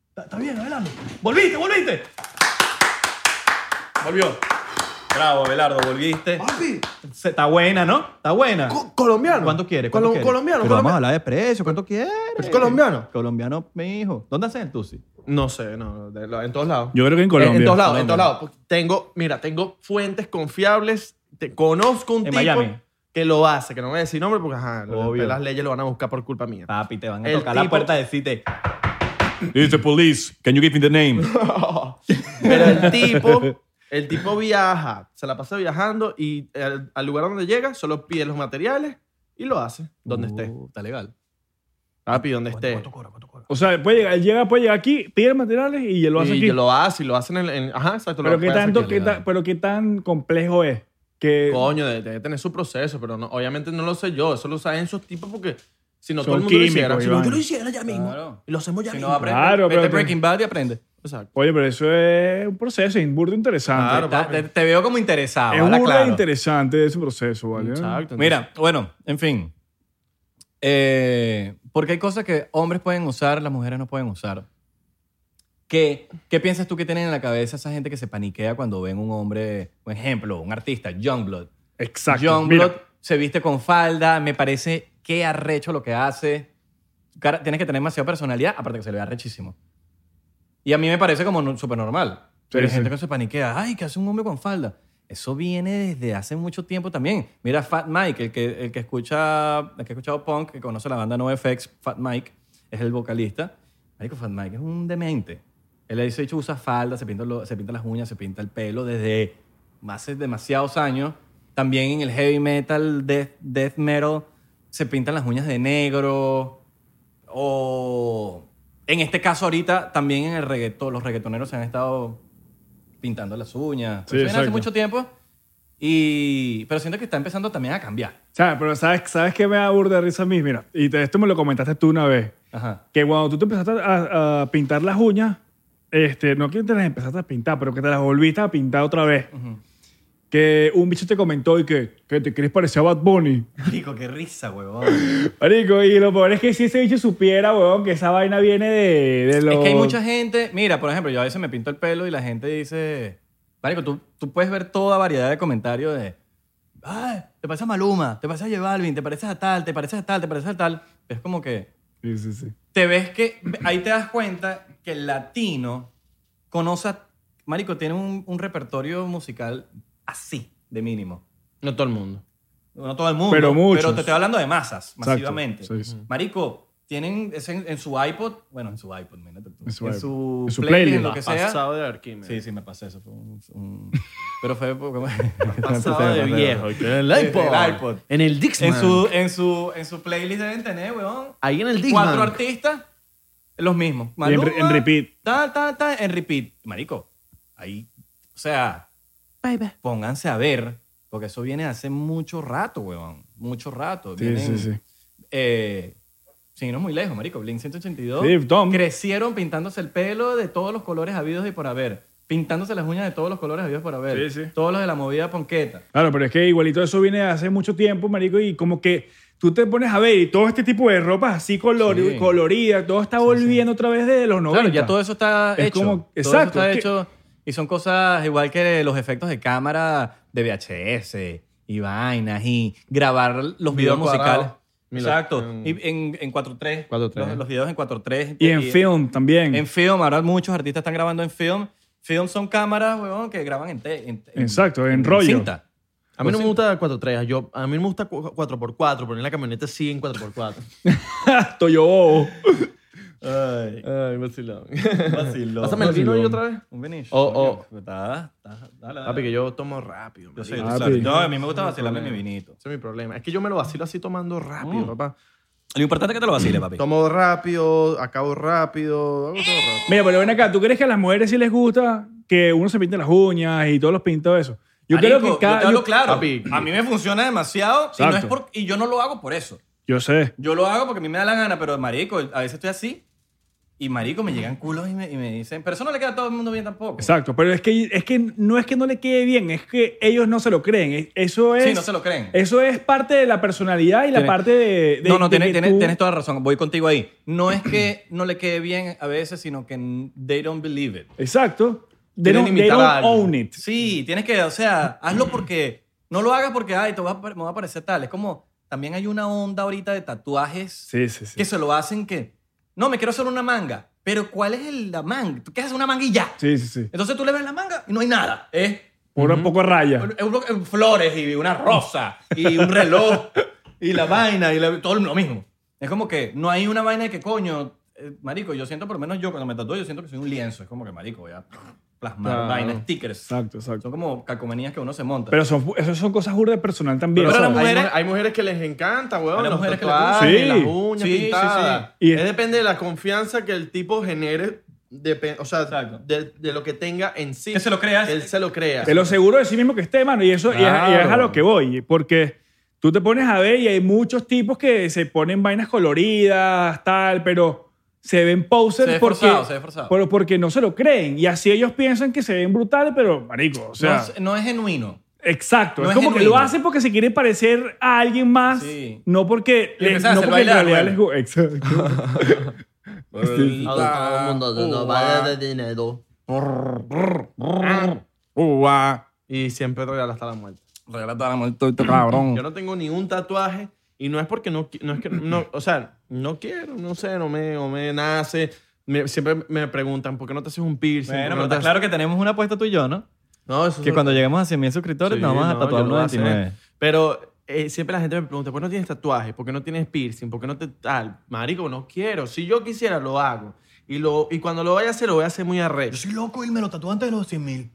Está, está bien, Abelardo. ¡Volviste, volviste! Volvió. Bravo, Belardo, volviste. Papi, Se- Está buena, ¿no? Está buena. co- colombiano. ¿Cuánto Colo- quieres? ¿Cuánto quieres? Colombiano, Pero vamos a colombiano. hablar de precio. ¿Cuánto quieres? ¿Es colombiano? Colombiano, mi hijo. ¿Dónde haces el tusi? No sé, no, de- lo- en todos lados. Yo creo que en En- Colombia. En todos lados, en Colombia. todos lados. Porque Tengo, mira, tengo fuentes confiables. Te, conozco un En tipo Miami. que lo hace, que no voy a decir nombre porque ajá, lo- Obvio. después las leyes lo van a buscar por culpa mía. Papi, te van a El tocar la tipo- puerta de CITE. It's the police. Can you give me the name? Pero el tipo, el tipo viaja, se la pasa viajando y al, al lugar donde llega solo pide los materiales y lo hace donde esté. Uh, Está legal. Papi, donde esté. ¿Cuánto cobra? ¿Cuánto cobra? O sea, puede llegar, él llega, puede llegar aquí, pide materiales y él lo Y hace aquí. que lo hace y lo hacen en, en- ajá, exacto. lo pero, qué puede hacer tanto, aquí. qué tan- pero qué tan complejo es. Que Coño, de- debe tener su proceso, pero no, obviamente no lo sé yo. Eso lo saben esos tipos porque si no Son todo el mundo lo hiciera. Si químicos, Si no, Iván. yo no- lo hiciera ya mismo. Claro. Y lo hacemos ya Si mismo. no aprendes, Claro, vete pero- Breaking Bad y aprende. Exacto. Oye, pero eso es un proceso, es un burdo interesante. Claro, Está- papi. te, te veo como interesado. es un habla burdo claro. interesante ese proceso, ¿vale? Exacto. Mira, bueno, en fin. Eh, porque hay cosas que hombres pueden usar, las mujeres no pueden usar. ¿Qué, ¿Qué piensas tú que tienen en la cabeza esa gente que se paniquea cuando ven un hombre, por ejemplo, un artista, Youngblood? Exacto. Mira, Youngblood se viste con falda, me parece qué arrecho lo que hace. Cara, tienes que tener demasiada personalidad, aparte que se le ve arrechísimo. Y a mí me parece como no- súper normal. Pero hay sí. gente que se paniquea, ay, ¿qué hace un hombre con falda? Eso viene desde hace mucho tiempo también. Mira Fat Mike, el que, el que escucha, el que ha escuchado punk, que conoce la banda NoFX, Fat Mike es el vocalista. Marico, Fat Mike es un demente. Él ha dicho, usa falda, se pinta, lo- se pinta las uñas, se pinta el pelo desde hace demasiados años. También en el heavy metal, death, death metal, se pintan las uñas de negro. O en este caso ahorita también en el reggaetón, los reggaetoneros se han estado pintando las uñas. Eso Sí, viene hace exacto. mucho tiempo. Y, pero siento que está empezando también a cambiar. O sea, pero ¿sabes, ¿sabes qué me da burda de risa a mí? Mira, y te- esto me lo comentaste tú una vez. Ajá. Que cuando tú te empezaste a, a pintar las uñas, este, no que te las empezaste a pintar, pero que te las volviste a pintar otra vez. Que un bicho te comentó y que, que te quieres parecer a Bad Bunny. Rico, qué risa, huevón. Marico, y lo peor es que si ese bicho supiera, weón, que esa vaina viene de, de los... Es que hay mucha gente. Mira, por ejemplo, yo a veces me pinto el pelo y la gente dice. Marico, tú, tú puedes ver toda variedad de comentarios de. Ay, te pareces a Maluma, te pareces a J Balvin, te pareces a tal, te pareces a tal, te pareces a tal. Es como que. Sí, sí, sí. Te ves que. Ahí te das cuenta que el latino conoce. a- Marico, tiene un, un repertorio musical así, de mínimo. No todo el mundo. No todo el mundo. Pero muchos. te estoy hablando de masas, Exacto, masivamente. sí, sí. Marico, tienen ese en, en su iPod, bueno, en su iPod, imagínate tú. En su en, iPod. su En su playlist, en playlist. lo que sea. Pasado de Arquímedes. Sí, sí, me pasé eso. Fue un, un- pero fue porque... Pasado de viejo. En el iPod. En el iPod. En el Dixman. en, su, en, su, en su playlist deben tener, weón, Ahí en el Dixman. cuatro artistas, los mismos. en re- en repeat. Tal, tal, tal, en repeat. Marico, ahí, o sea, pónganse a ver, porque eso viene hace mucho rato, weón. Mucho rato. Sí, Vienen, sí, sí. eh, sin irnos muy lejos, marico. Blink 182. Sí, Tom. Crecieron pintándose el pelo de todos los colores habidos y por haber. Pintándose las uñas de todos los colores habidos y por haber. Sí, sí. Todos los de la movida ponqueta. Claro, pero es que igualito eso viene de hace mucho tiempo, marico, y como que tú te pones a ver y todo este tipo de ropas así color Sí. coloridas, todo está volviendo otra vez de los 90. Claro, ya todo eso está Es hecho. como- Todo eso exacto, está es que- hecho. Y son cosas igual que los efectos de cámara de VHS y vainas y grabar los Video videos cuadrado. musicales. Mira, Exacto. en- Y en, en 4.3. 4:3. Los, los videos en 4.3. Y en film también. En film, ahora muchos artistas están grabando en film. Film son cámaras, huevón, que graban en, te- en- en- Exacto, en rollo. cinta. A Pues mí no me gusta 4x3. Yo, a mí me gusta cu- 4x4. Poner la camioneta sí en 4x4. Toyo Bobo. Ay, Ay, vacilón. vacilón. Pásame el vino ahí otra vez. Un vinillo. O- o- Coño, está- está- dale, dale. Papi, que yo tomo rápido. Yo marico. soy Ese el Papi. claro. No, a mí me gusta vacilarme mi vinito. es mi problema. Es que yo me lo vacilo así tomando rápido, Mm. papá. Lo importante es que te lo vacile, papi. Tomo rápido, acabo rápido, hago todo rápido. Mira, pero ven acá, ¿tú crees que a las mujeres sí les gusta que uno se pinte las uñas y todos los pintos eso? Yo Marico, creo que yo cada te hablo yo- claro. Papi. a mí me funciona demasiado y, no es Exacto. por- y yo no lo hago por eso. yo sé. Yo lo hago porque a mí me da la gana, pero marico, a veces estoy así y marico me llegan culos y me, y me dicen, pero eso no le queda a todo el mundo bien tampoco. Exacto, pero es que, es que no es que no le quede bien, es que ellos no se lo creen. Es- Eso es, Sí, no se lo creen. Eso es parte de la personalidad y la Tiene- parte de, de- no, no, de que tienes, tienes- tú- tienes toda la razón. Voy contigo ahí. No es que no le quede bien a veces, sino que n- they don't believe it. Exacto. They Quieren don't, they imitar a don't alguien. own it. Sí, tienes que, o sea, hazlo porque... No lo hagas porque, ay, te va a pare- me va a parecer tal. Es como, también hay una onda ahorita de tatuajes Sí, sí, sí. que se lo hacen que, no, me quiero hacer una manga, pero ¿cuál es el- la manga? Tú quieres hacer una manga y ya. Sí, sí, sí. Entonces tú le ves la manga y no hay nada. Es, Por un poco raya. es un- es flores y una rosa y un reloj y la vaina y la- todo lo mismo. Es como que no hay una vaina de que coño, eh, marico, yo siento, por lo menos yo cuando me tatúo, yo siento que soy un lienzo. Es como que, marico, voy a plasmar Claro. vainas, stickers. Exacto, exacto. Son como calcomanías que uno se monta. Pero son, eso son cosas burda de personal también. Pero ¿sabes? las mujeres- Hay, mu- hay mujeres que les encanta, weón. Hay Los mujeres que les tatuajes, gusta. Sí. las uñas Sí, sí, pintadas. sí. Y- Es depende de la confianza que el tipo genere, depe- o sea, Exacto. de, de lo que tenga en sí. Que se lo crea. Él se lo crea. Te lo seguro de sí mismo que esté, mano. Y eso y es- y es, a Claro. lo que voy. Porque tú te pones a ver y hay muchos tipos que se ponen vainas coloridas, tal, pero se ven posers Se ve porque, forzado, se ve forzado. pero porque no se lo creen. Y así ellos piensan que se ven brutales, pero marico, o no sea... es- no es genuino. Exacto, No es es como que lo genuino. hacen porque se quiere parecer a alguien más, Sí. no porque, Le le- empezaron a hacer no porque en bailar, realidad les güey. gusta. Exacto. Todo el mundo de no vaya de dinero. Y siempre regala hasta la muerte. este cabrón. Yo no tengo ni un tatuaje y no es porque no, qui- no es que no, o sea, no quiero, no sé, no me, no me nace. Me- siempre me preguntan, ¿por qué no te haces un piercing? ¿Por qué Bueno, pero no te está haces- claro que tenemos una apuesta tú y yo, ¿no? No, eso Que es- cuando lleguemos a 100 mil suscriptores Sí, nos vamos a no, tatuar yo lo voy a hacer. 99. Pero eh, siempre la gente me pregunta, ¿por qué no tienes tatuaje? ¿Por qué no tienes piercing? ¿Por qué no te tal? Marico, no quiero. Si yo quisiera, lo hago. Y, lo, y cuando lo vaya a hacer, lo voy a hacer muy Yo arrecho. soy loco y me lo tatué antes de los 100 mil.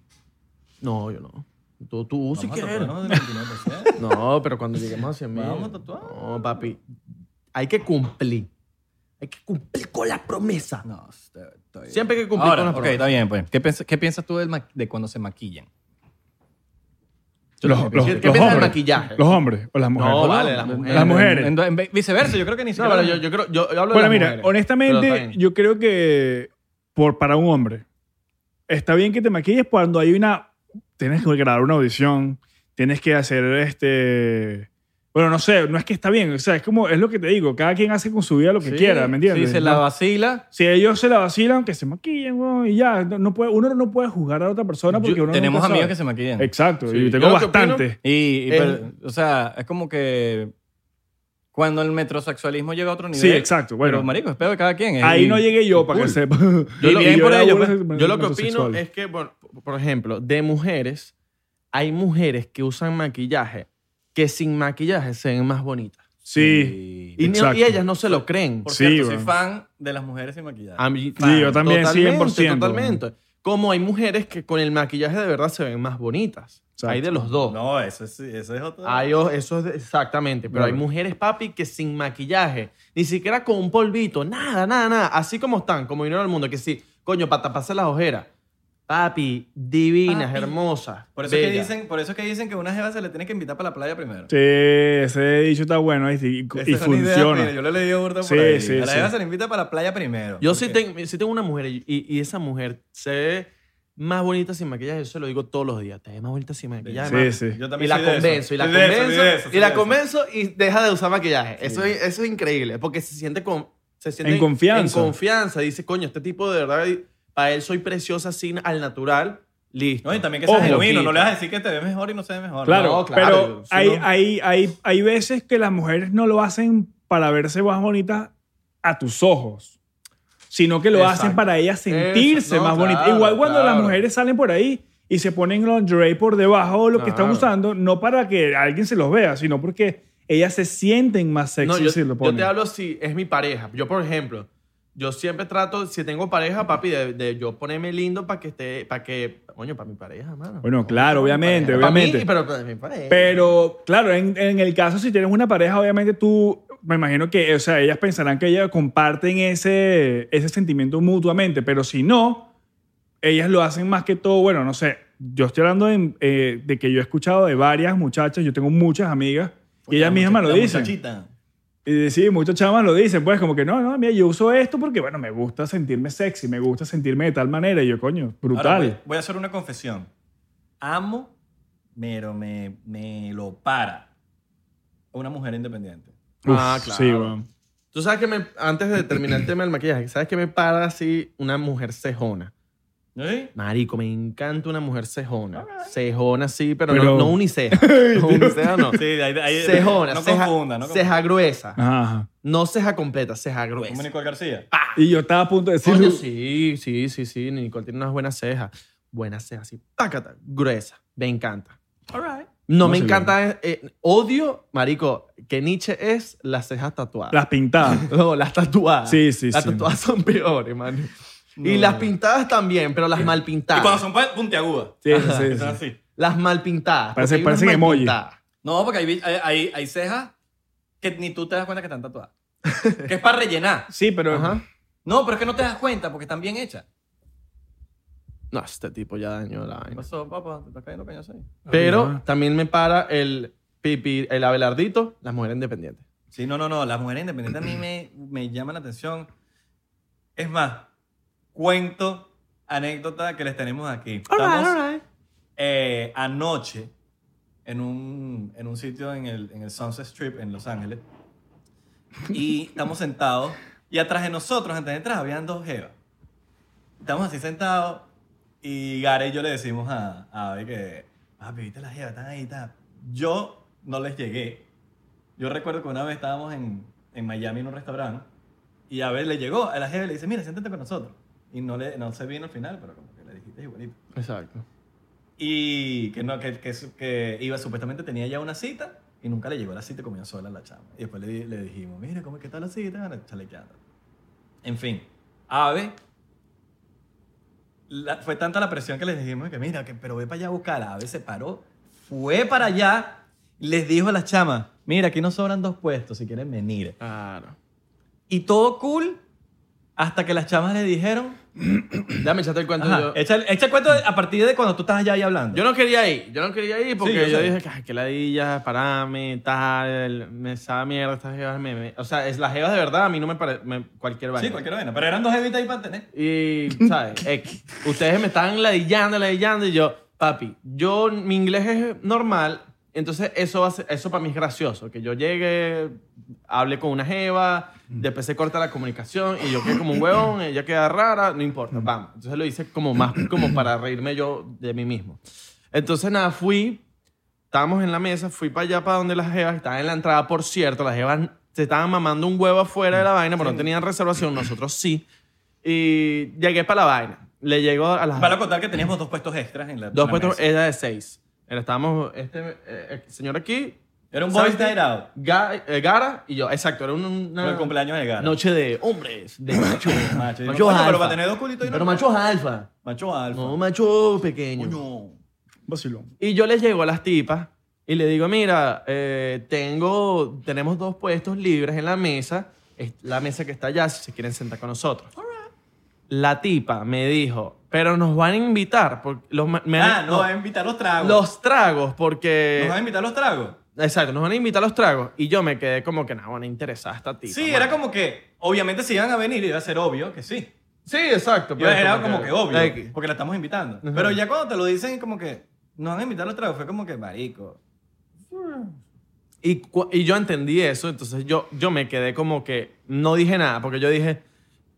No, yo no. Tú, tú, si Vamos a quieres. tatuarnos del 29%. No, pero cuando lleguemos a 100 mil. Vamos a tatuar. No, papi. Hay que cumplir. Hay que cumplir con la promesa. No, estoy- estoy- Siempre hay que cumplir Ahora, con la ok, promesa. está bien, pues. ¿Qué, piensas- qué piensas tú del ma- de cuando se maquillan? Los, los- ¿Qué los piensas del hombres. maquillaje? Los hombres o las mujeres. No, vale, las mujeres. Oh, Las mujeres. En- en- en- viceversa, yo creo que ni No, siquiera. pero yo, yo creo. Yo, yo hablo Bueno, de las mira, mujeres, pero está honestamente, bien. yo creo que por, para un hombre está bien que te maquilles cuando hay una. Tienes que grabar una audición, tienes que hacer este. Bueno, no sé, no es que está bien, o sea, es como, es lo que te digo, cada quien hace con su vida lo que Sí, quiera, ¿me entiendes? Sí, se la No- vacila. Si ellos se la vacilan, que se maquillen, weón, y ya, no, no puede, uno no puede juzgar a otra persona porque Yo- uno tenemos nunca amigos sabe. que se maquillan. Exacto, Sí, y yo tengo lo que opino- bastante. Y, y, Eh. pero, o sea, es como que cuando el metrosexualismo llega a otro nivel. Sí, exacto, bueno. Pero, marico, es pedo de cada quien. es- Ahí y- no llegué yo, para cool. que sepa. Yo Y lo, bien yo por era ello, bueno- pues, yo lo que opino homosexual. es que, bueno, por ejemplo, de mujeres, hay mujeres que usan maquillaje que sin maquillaje se ven más bonitas. Sí, Y, no- Exacto. y ellas no se lo creen. Por Sí, cierto, soy weón. fan de las mujeres sin maquillaje. A mí- Sí, yo también, totalmente, 100%. Totalmente. Como hay mujeres que con el maquillaje de verdad se ven más bonitas. Exacto. Hay de los dos. No, eso es, eso es otro. Hay o- eso es de- exactamente. Pero hay mujeres, papi, que sin maquillaje, ni siquiera con un polvito, nada, nada, nada. Así como están, como vinieron al mundo, que sí, coño, para taparse las ojeras. Papi, divinas, Papi. hermosas. por, eso es que bellas. dicen, por eso es que dicen que una jeva se le tiene que invitar para la playa primero. Sí, ese dicho está bueno ahí sí, y, Esa y es una idea, funciona. mira, yo lo he leído burda por Sí, ahí. sí, a la sí. jeva se le invita para la playa primero. Yo ¿Por sí qué? tengo, sí tengo una mujer y, y esa mujer se ve más bonita sin maquillaje. Yo se lo digo todos los días. Te ves más bonita sin maquillaje. Sí, mami. sí. Yo Y también la soy de eso. convenzo, y la Soy de eso, soy convenzo, de eso, soy y la de eso. convenzo y deja de usar maquillaje. Eso, es, eso es increíble, porque se siente con, se siente En confianza. En confianza. Dice, coño, este tipo de verdad, para él soy preciosa sin al natural, listo. No, y también que seas Ojo. genuino. No le vas a decir que te ves mejor y no se ve mejor. Claro, No, claro, pero si hay, no- hay, hay, hay veces que las mujeres no lo hacen para verse más bonitas a tus ojos, sino que lo Exacto. hacen para ellas sentirse Eso, no, más bonitas. claro, Igual cuando claro. las mujeres salen por ahí y se ponen lingerie por debajo o lo que están Claro. usando, no para que alguien se los vea, sino porque ellas se sienten más sexy No, yo, si lo yo ponen. te hablo si es mi pareja. Yo, por ejemplo, yo siempre trato, si tengo pareja, papi, de, de yo ponerme lindo para que esté, para que, coño, para mi pareja, mano. Bueno, claro, obviamente, Pa' obviamente. mí, pero para mi pareja. Pero, claro, en, en el caso, si tienes una pareja, obviamente tú, me imagino que, o sea, ellas pensarán que ellas comparten ese, ese sentimiento mutuamente, pero si no, ellas lo hacen más que todo, bueno, no sé, yo estoy hablando de, eh, de que yo he escuchado de varias muchachas, yo tengo muchas amigas, y ellas mismas lo La dicen. muchachita. Y sí, muchas chamas lo dicen, pues como que no, no, mira, yo uso esto porque, bueno, me gusta sentirme sexy, me gusta sentirme de tal manera, y yo, coño, brutal. Ahora, voy, voy a hacer una confesión. Amo, pero me, me lo para una mujer independiente. Uf, Ah, claro. Sí, weón. Tú sabes que me, antes de terminar el tema del maquillaje, ¿sabes que me para así una mujer cejona? ¿Sí? Marico, me encanta una mujer cejona. Cejona, sí, pero, Pero- no, no uniceja. No uniceja, no. Sí, de ahí, de ahí- Cejona, no ceja, confunda, no confunda. ceja gruesa. Ajá, ajá. No ceja completa, ceja gruesa. Nicole García. Y yo estaba a punto de decirlo. Coño, sí, sí, sí, sí. Nicole tiene unas buenas cejas. Buenas cejas, sí. Tácata, gruesa. Me encanta. No, No, me sí, encanta. eh, odio, marico, que Nietzsche es las cejas tatuadas. Las pintadas. No, las tatuadas. Sí, sí, Las sí. tatuadas son peores, mano. Y las pintadas también, pero las mal Y cuando pintadas. son pa- puntiagudas. Sí, sí, Es sí. así. Las mal pintadas. Parece- porque hay unas parecen mal emoji. pintadas. No, porque hay, hay, hay- hay cejas que ni tú te das cuenta que están tatuadas. que es para rellenar. Sí, pero Ajá. No, pero es que no te das cuenta porque están bien hechas. No, este tipo ya dañó la ¿Qué vaina. pasó, papá? ¿Te estás cayendo cañazo ahí? Pero Ajá. también me para el pipi, el abelardito, las mujeres independientes. Sí, no, no, no. Las mujeres independientes a mí me, me llaman la atención. Es más, cuento anécdota que les tenemos aquí. Estamos eh, anoche en un, en un sitio en el, en el Sunset Strip en Los Ángeles y estamos sentados y atrás de nosotros, antes de entrar, habían dos jevas. Estamos así sentados y Gary y yo le decimos a, a Abby que, papi, viste las jevas, están ahí, está. Yo no les llegué. Yo recuerdo que una vez estábamos en, en Miami en un restaurante y a ver le llegó a la jeva y le dice, mira, siéntate con nosotros. Y no, le, no se vino al final, pero como que le dijiste igualito. Exacto. Y que, no, que, que, su- que iba, supuestamente tenía ya una cita y nunca le llegó la cita y comió sola la chama. Y después le, di- le dijimos, mira, ¿cómo es que está la cita? Bueno, Chalequeando. En fin, Ave la- fue tanta la presión que les dijimos que mira, que, pero ve para allá a buscarla. A veces paró, fue para allá, les dijo a las chamas, mira, aquí nos sobran dos puestos si quieren venir. Claro. Y todo cool hasta que las chamas le dijeron, Déjame echarte el cuento. ajá, yo, echa, el- echa el cuento de- a partir de cuando tú estás allá ahí hablando. yo no quería ir. Yo no quería ir porque Sí, yo yo, sé. dije que, ay, que ladilla, parame, tal, me esa mierda, estas jevas. me- me- O sea, es, las jevas de verdad a mí no me parece. Cualquier vaina. sí, cualquier vaina, pero eran dos evitas ahí para tener. Y, ¿sabes? X. ustedes me estaban ladillando, ladillando. Y yo, papi, yo, mi inglés es normal. Entonces, eso, va a ser- eso para mí es gracioso. Que yo llegue, hable con una jeva, después se corta la comunicación y yo quede como un huevón, ella queda rara, no importa, vamos. Entonces lo hice como más como para reírme yo de mí mismo. Entonces, nada, fui, estábamos en la mesa, fui para allá, para donde las jevas, estaban en la entrada, por cierto, las jevas se estaban mamando un huevo afuera de la vaina, pero no tenían reservación, nosotros sí. Y llegué para la vaina. Le llegó a las Para contar que teníamos dos puestos extras en la dos la puestos, mesa. era de seis. Era- Estábamos, este eh, eh, señor aquí. Era un boys Santi, night out. Ga- eh, Gara y yo, exacto, era un- una Fue el cumpleaños de Gara. noche de hombres, de machos. Macho, y machos no, coño, pero alfa. para tener dos culitos y no- Pero machos alfa. Macho alfa. No, macho pequeño. Coño. Vacilón. Y yo les llego a las tipas y le digo, mira, eh, tengo, tenemos dos puestos libres en la mesa. Es la mesa que está allá, si se quieren sentar con nosotros. La tipa me dijo, pero nos van a invitar. Porque los, ma- me- Ah, no, nos va a invitar los tragos. los tragos, porque... Nos va a invitar los tragos. Exacto, nos van a invitar los tragos. Y yo me quedé como que, nada, van a interesar a esta tipa. Sí, mano". era como que, obviamente si iban a venir, iba a ser obvio que sí. Sí, exacto. pues, pero Iba- Era como que obvio, Like, porque la estamos invitando. Pero ya cuando te lo dicen, como que nos van a invitar los tragos, fue como que, marico. Y, cu- y yo entendí eso, entonces yo, yo me quedé como que no dije nada, porque yo dije,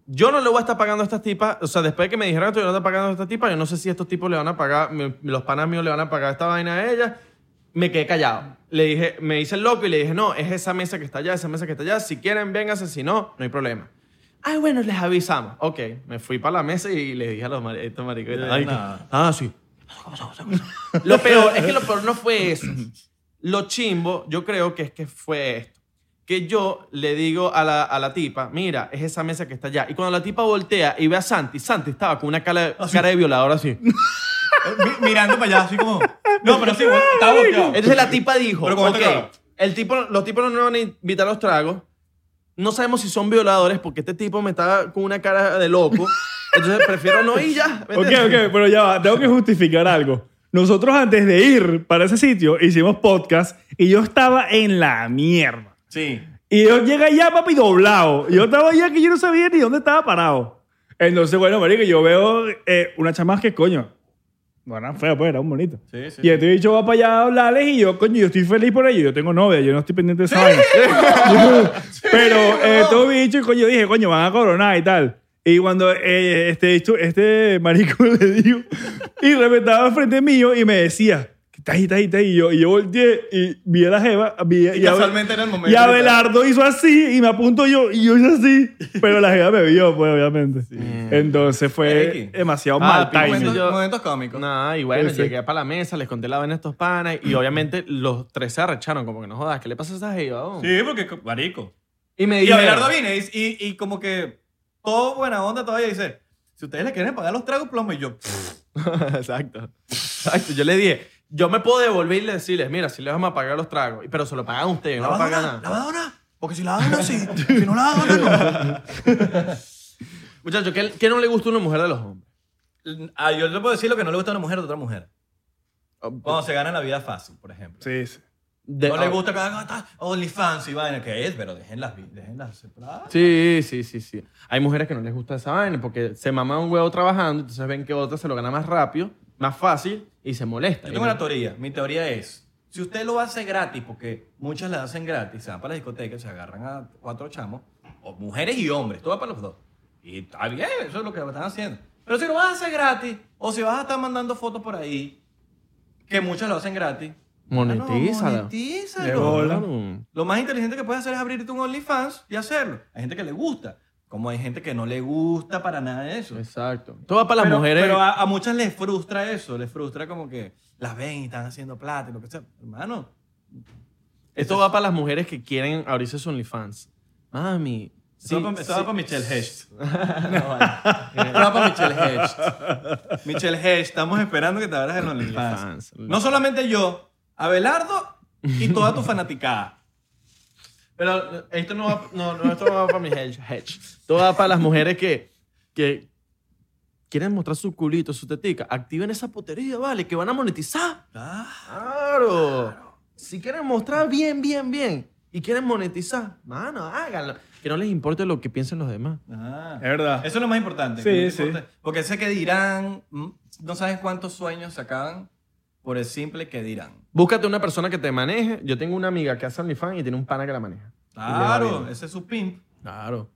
yo no le voy a estar pagando a estas tipas, o sea, después de que me dijeron que yo no estar pagando a estas tipas, yo no sé si estos tipos le van a pagar, mi- los panas míos le van a pagar esta vaina a ellas, me quedé callado. Le dije, me hice el loco y le dije, no, es esa mesa que está allá, esa mesa que está allá, si quieren, vénganse, si no, no hay problema. Ay, bueno, les avisamos. Ok, me fui para la mesa y le dije a los mari- estos maricos. No, ay, nada. Ah, sí. Lo peor, es que lo peor no fue eso. Lo chimbo, yo creo que es que fue esto. Que yo le digo a la, a la tipa, mira, es esa mesa que está allá. Y cuando la tipa voltea y ve a Santi, Santi estaba con una cara, Ah, cara de violador así. Eh, Mi- mirando para allá, así como. No, pero sí, estaba bloqueado. Entonces la tipa dijo, Pero con ok, esta cara". el tipo, los tipos no nos van a invitar a los tragos. No sabemos si son violadores porque este tipo me estaba con una cara de loco. Entonces prefiero no ir ya. ¿me Ok, ok, entiendes? pero ya va. Tengo que justificar algo. Nosotros antes de ir para ese sitio hicimos podcast y yo estaba en la mierda. Sí. Y yo llegué allá, papi, doblado. Yo estaba allá que yo no sabía ni dónde estaba parado. Entonces, bueno, marico, yo veo eh, una chama que, coño, no eran feas, pues, eran bonitos. Sí, sí. Y este bicho va para allá a hablarles y yo, coño, yo estoy feliz por ello. Yo tengo novia, yo no estoy pendiente de esa vaina. Pero eh, estos bichos, coño, dije, coño, van a coronar y tal. Y cuando eh, este, bicho- este marico le dijo, y reventaba al frente mío y me decía, está ahí, está ahí, está ahí. Y yo, y yo volteé y vi a la jeva. Vi, Y a- casualmente era el momento Y que estaba- Abelardo hizo así y me apunto yo y yo hice así. Pero la jeva me vio, pues, obviamente. Entonces fue Eric. demasiado Ah, mal pico, timing. Momentos, yo- momentos cómicos. Nada, y bueno, Sí, sí. llegué para la mesa, les conté la vaina a estos panas y obviamente los tres se arrecharon, como que no jodas, ¿qué le pasa a esa jeva? don?" Sí, porque, marico. Y me Y dijeron, Abelardo viene y, y, y como que todo buena onda todavía dice: si ustedes le quieren pagar los tragos, plomo. Y yo, Exacto. Exacto, yo le dije, yo me puedo devolver y decirles, mira, si les vamos a pagar los tragos, pero se lo pagan ustedes, ¿La no vas a pagan donar? ¿La nada. vas a donar? Porque si la vas a donar, sí. Si no la vas a donar, no. Muchachos, ¿qué, qué no le gusta a una mujer de los hombres? ah, yo le puedo decir lo que no le gusta a una mujer de otra mujer. Cuando se gana la vida fácil, por ejemplo. Sí, sí. De- no le gusta que hagan ah, OnlyFans y vaina, que es, pero déjenlas, vi- déjenlas separadas. Sí, sí, sí, sí. Hay mujeres que no les gusta esa vaina porque se maman un huevo trabajando, entonces ven que otra se lo gana más rápido, más fácil y se molesta. Yo tengo una teoría. Mi teoría es, si usted lo hace gratis, porque muchas las hacen gratis, se van para las discotecas, se agarran a cuatro chamos, o mujeres y hombres, todo va para los dos. Y está bien, eso es lo que están haciendo. Pero si lo vas a hacer gratis, o si vas a estar mandando fotos por ahí, que muchas lo hacen gratis, ah, no, Monetízala. monetízalo. De bola. Lo más inteligente que puedes hacer es abrirte un OnlyFans y hacerlo. Hay gente que le gusta, como hay gente que no le gusta para nada eso. Exacto. Todo va para las pero, mujeres. pero a, a muchas les frustra eso, les frustra como que las ven y están haciendo plata y lo que sea. Hermano, Esto va para las mujeres que quieren abrirse su OnlyFans. Mami, Sí, Estaba sí. para Michelle Hecht. vale. Estaba para Michelle Hecht. Michelle Hecht, estamos esperando que te abras el OnlyFans. Fans. No solamente yo, Abelardo y toda tu fanaticada. Pero esto no va, no, no, esto no va para mis hedge. hedge. Esto va para las mujeres que, que quieren mostrar su culito, su tetica. Activen esa putería, vale, que van a monetizar. Ah, Claro. Si quieren mostrar bien, bien, bien y quieren monetizar, mano, háganlo. Que no les importe lo que piensen los demás. Ah. Es Eh. verdad. Eso es lo más importante. Sí, que no sí. importa. Porque sé que dirán, mm, no sabes cuántos sueños se acaban por el simple que dirán. Búscate una persona que te maneje. Yo tengo una amiga que hace OnlyFans y tiene un pana que la maneja. Claro, ese es su pimp. Claro.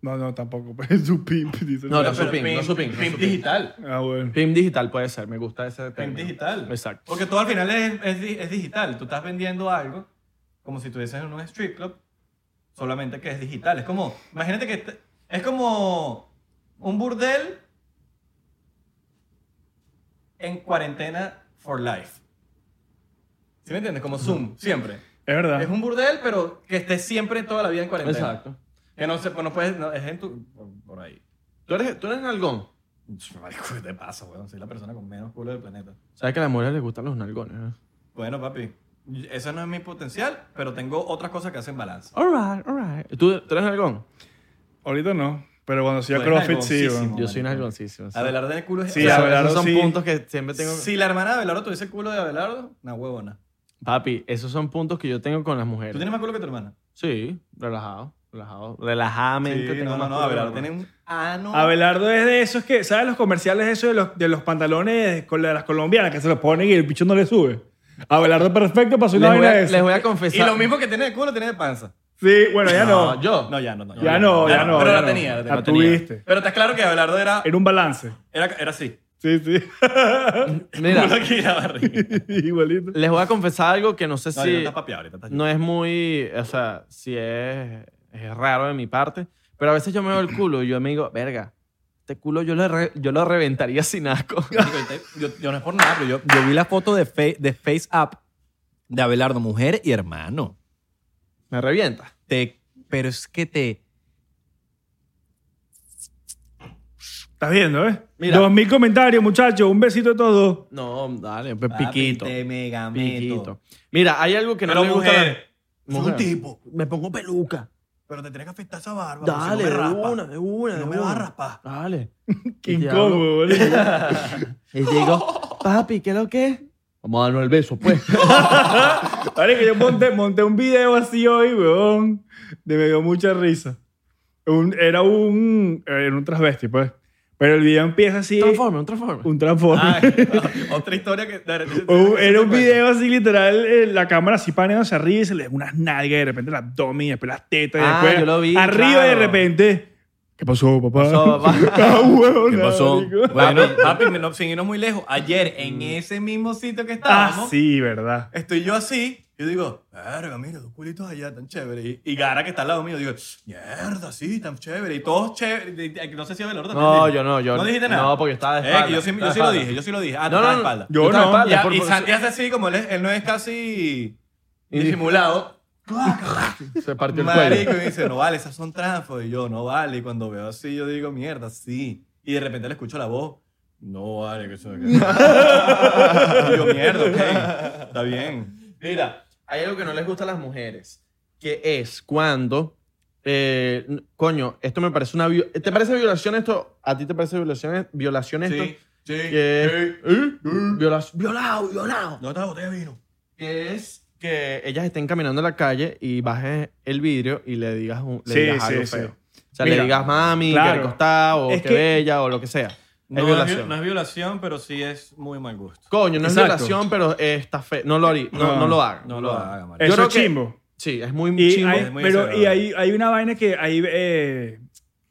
No, no, tampoco. pues, Es su pimp, dice. No, no, Pero su pimp, no su pimp, no su pimp. digital. Ah, bueno. Pim digital puede ser, me gusta ese Pimp término. digital. Exacto. Porque todo al final es, es di- es digital. Tú estás vendiendo algo como si estuvieses en un strip club, solamente que es digital. Es como, imagínate que te- es como un burdel en cuarentena for life. ¿Sí me entiendes? Como Zoom, siempre. Es verdad. Es un burdel, pero que estés siempre toda la vida en cuarentena. Exacto. Que no se, no puedes, no, es en tu, por- por ahí. ¿Tú eres, tú eres nalgón. Marico, ¿qué te pasa, weón? Soy la persona con menos culo del planeta. ¿Sabes que a las mujeres les gustan los nalgones? ¿eh? Bueno, papi, ese no es mi potencial, pero tengo otras cosas que hacen balance. Alright, alright. ¿Tú, tú eres nalgón? Ahorita no. Pero cuando hacía Tú eres CrossFit, sí. nalgoncísimo. bueno. Yo soy marico. nalgoncísimo. sí. Abelardo en el culo es... Sí, o sea, Abelardo, esos son sí. puntos que siempre tengo. Si la hermana de Abelardo tuviese el culo de Abelardo, una huevona. Papi, esos son puntos que yo tengo con las ¿Tú mujeres. tienes más culo que tu hermana? Sí, relajado, relajado. Relajadamente tengo no, más no, no, culo que Abelardo la tiene un ano... Abelardo es de esos que, ¿sabes los comerciales esos de los, de los pantalones con la- de las colombianas que se los ponen y el bicho no le sube? Abelardo perfecto para su Les una voy, vaina a, de les esa. voy a confesar. Y lo mismo que tiene de culo, tiene de panza. Sí, bueno, ya no. No, yo. No, ya no, no. Ya no, ya no. Pero ya la no. tenía, la tenía. La la tenía. tuviste. Pero está claro que Abelardo era, Era un balance. era, era así. Sí, sí. Mira, Culo aquí y la barriga. Igualito. les voy a confesar algo que no sé No, si. ya está papiado ahorita. Está no es muy, o sea, si es, es raro de mi parte, pero a veces yo me veo el culo y yo me digo, verga, este culo yo lo, re- yo lo reventaría sin asco. Marico, ahorita- Yo, yo no es por nada, pero yo, yo vi la foto de, Face- de Face Up de Abelardo, mujer y hermano. me revienta. Te, pero es que te. Estás viendo, ¿eh? Mira. Dos mil comentarios, muchachos. Un besito a todos. No, dale, pues, piquito. Papi, Te mega meto. Piquito. Mira, hay algo que no Pero me gusta. a la- mujer, Soy un Mujer. tipo, Me pongo peluca. pero te tienes que afectar esa barba. porque Dale, si no me de raspa. una, de una. Si de no me vas una. a raspar. Dale. Qué Y te hablo. incómodo, boludo. Y digo, papi, ¿qué es lo que es? Vamos a darnos el beso, pues. Vale, que yo monté, monté un video así hoy, weón. De me dio mucha risa. Un- era un. Era un transvesti, pues. Pero el video empieza así. Transforme, un transforme. Un transforme. Ah, Ah, otra historia que. O- era un video así literal, eh, la cámara así paneando hacia arriba y se le ven unas nalgas y de repente el abdomen y después las tetas y Ah, después yo lo vi, arriba claro. y de repente ¿qué pasó papá? pasó, papá? Ah, huevón, ¿Qué pasó? marico. Bueno, papi, no- sin irnos muy lejos, ayer en Mm. ese mismo sitio que ah estábamos, sí, verdad estoy yo así. Yo digo, verga, mira, los culitos allá tan chévere. Y, y Gara, que está al lado mío, digo, mierda, sí, tan chévere. Y todos chéveres. No sé si Abelardo también. No, dijo. yo no, yo No dijiste nada. No, porque estaba de Eh, espalda. que yo sí, yo Estaba sí de lo espalda. dije, yo sí lo dije. Ah, No, no, no, no, no. espalda. Yo estaba de no. espalda, Ya, por- y por- Santi hace así, como él, es- él no es casi Y- disimulado. Se partió el cuello. Marico, y me dice, no vale, esas son trampas. Y yo, no vale. Y cuando veo así, yo digo, mierda, sí. Y de repente le escucho la voz, no vale, que eso que-". Y yo, mierda, ok, está bien. Mira, hay algo que no les gusta a las mujeres, que es cuando, eh, n- coño, esto me parece una... vio- ¿Te parece violación esto? ¿A ti te parece violación, violación esto? Sí, sí. Que, ¿Eh? Viola- violado, violado. ¿Dónde está la botella de vino? Que es que ellas estén caminando en la calle y bajes el vidrio y le digas, un- le Sí, digas sí, algo sí. feo. O sea, le Mira, digas mami, claro. que rico está, o Es que, que- bella, o lo que sea. Es No es, violación. viol- no es violación, pero sí es muy mal gusto. Coño, no Exacto. es violación, pero eh, está feo. No lo haría. No, No. no lo haga. No lo haga, marico. Yo eso creo es que- chimbo Sí, es muy y chimbo. hay- es muy pero y desagradable. hay, hay una vaina que hay eh,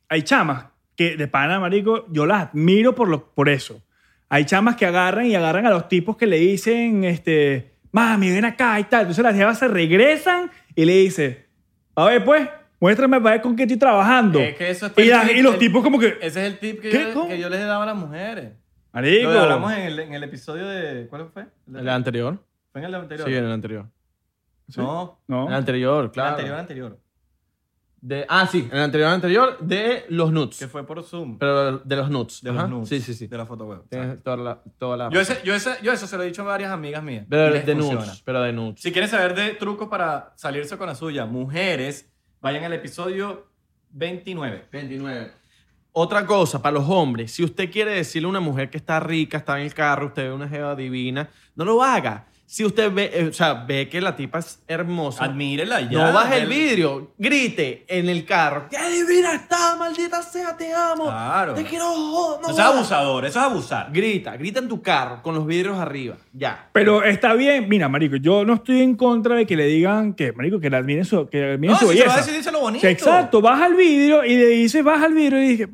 hay chamas que de pana marico yo las admiro por lo, por eso hay chamas que agarran y agarran a los tipos que le dicen este mami ven acá y tal entonces las chavas se regresan y le dice a ver pues muéstrame para ver con qué estoy trabajando Es que eso es- y, las- y los Eh, el- tipos como que Ese es el tip que, ¿Qué? yo, ¿Cómo? que yo les daba a las mujeres. marico Lo que hablamos en el, en el episodio de... ¿Cuál fue? ¿El anterior? ¿Fue en el anterior? Sí, en el anterior. Sí. No, no El anterior, el claro. anterior, anterior. De, ah, sí, en el anterior anterior, de los Que nuts. fue por Zoom. Pero de los nuts. De los Ajá. nudes, Sí, sí, sí. De la foto web. Tienes toda la... Toda la Yo, ese- yo, ese- yo eso se lo he dicho a varias amigas mías. pero y de les funciona. nudes. Pero de nudes. Si quieren saber de trucos para salirse con la suya, mujeres, vayan al episodio 29. 29. Otra cosa, para los hombres, si usted quiere decirle a una mujer que está rica, está en el carro, usted ve una jeva divina, no lo haga. Si usted ve, eh, o sea, ve que la tipa es hermosa, Admírela ya. no baje el del- vidrio, grite en el carro. ¡Qué divina está, maldita sea, te amo! Claro. ¡Te quiero, jo- no Eso es jodas". abusador, eso es abusar. Grita, grita en tu carro, con los vidrios arriba, ya. Pero está bien, mira, marico, yo no estoy en contra de que le digan que, marico, que la admiren su, que admiren No, su si se belleza. lo va a decir, dice lo bonito. Sí, exacto, baja al vidrio y le dices, baja al vidrio y dije,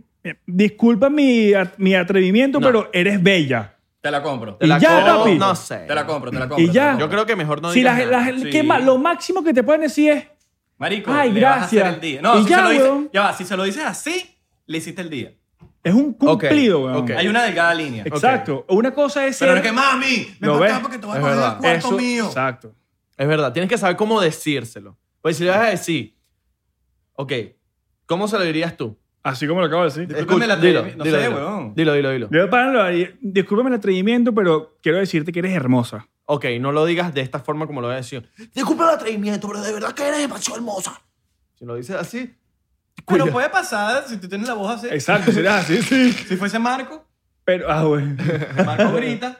disculpa mi, at- mi atrevimiento, No. pero eres bella. Te la compro. Te Y la ya, compro, papi. No sé. Te la compro, te la compro. Y ya. te la Yo compro. creo que mejor no si digas la- nada. la- sí. ¿qué más? lo máximo que te pueden decir es, Ah, Marico, Ay, le vas a hacer gracias. el día. No, Y si ya, se lo dices- weón. ya va, si se lo dices así, le hiciste el día. es un cumplido, Ok, weón. ok. Hay una delgada línea. Exacto. Una cosa es Pero no ser- es que, mami, ven ¿Lo para ves? acá porque te voy a Es coger el verdad. cuarto Eso- mío. Exacto. Es verdad, tienes que saber cómo decírselo. Pues si le vas a decir, ok, ¿cómo se lo dirías tú? Así como lo acabo de decir. Discúlpame la Escucha, dilo, atrevimiento. No dilo, sé, dilo. weón. Dilo, dilo, dilo. Yo, para, lo haría- discúlpame el atrevimiento, pero quiero decirte que eres hermosa. Ok, no lo digas de esta forma como lo voy a decir. Disculpa el atrevimiento, pero de verdad que eres demasiado hermosa. Si lo dices así, Pero cuida. puede pasar si tú tienes la voz así. Exacto, será así, sí. Si fuese Marco, Pero, ah, bueno. Marco grita.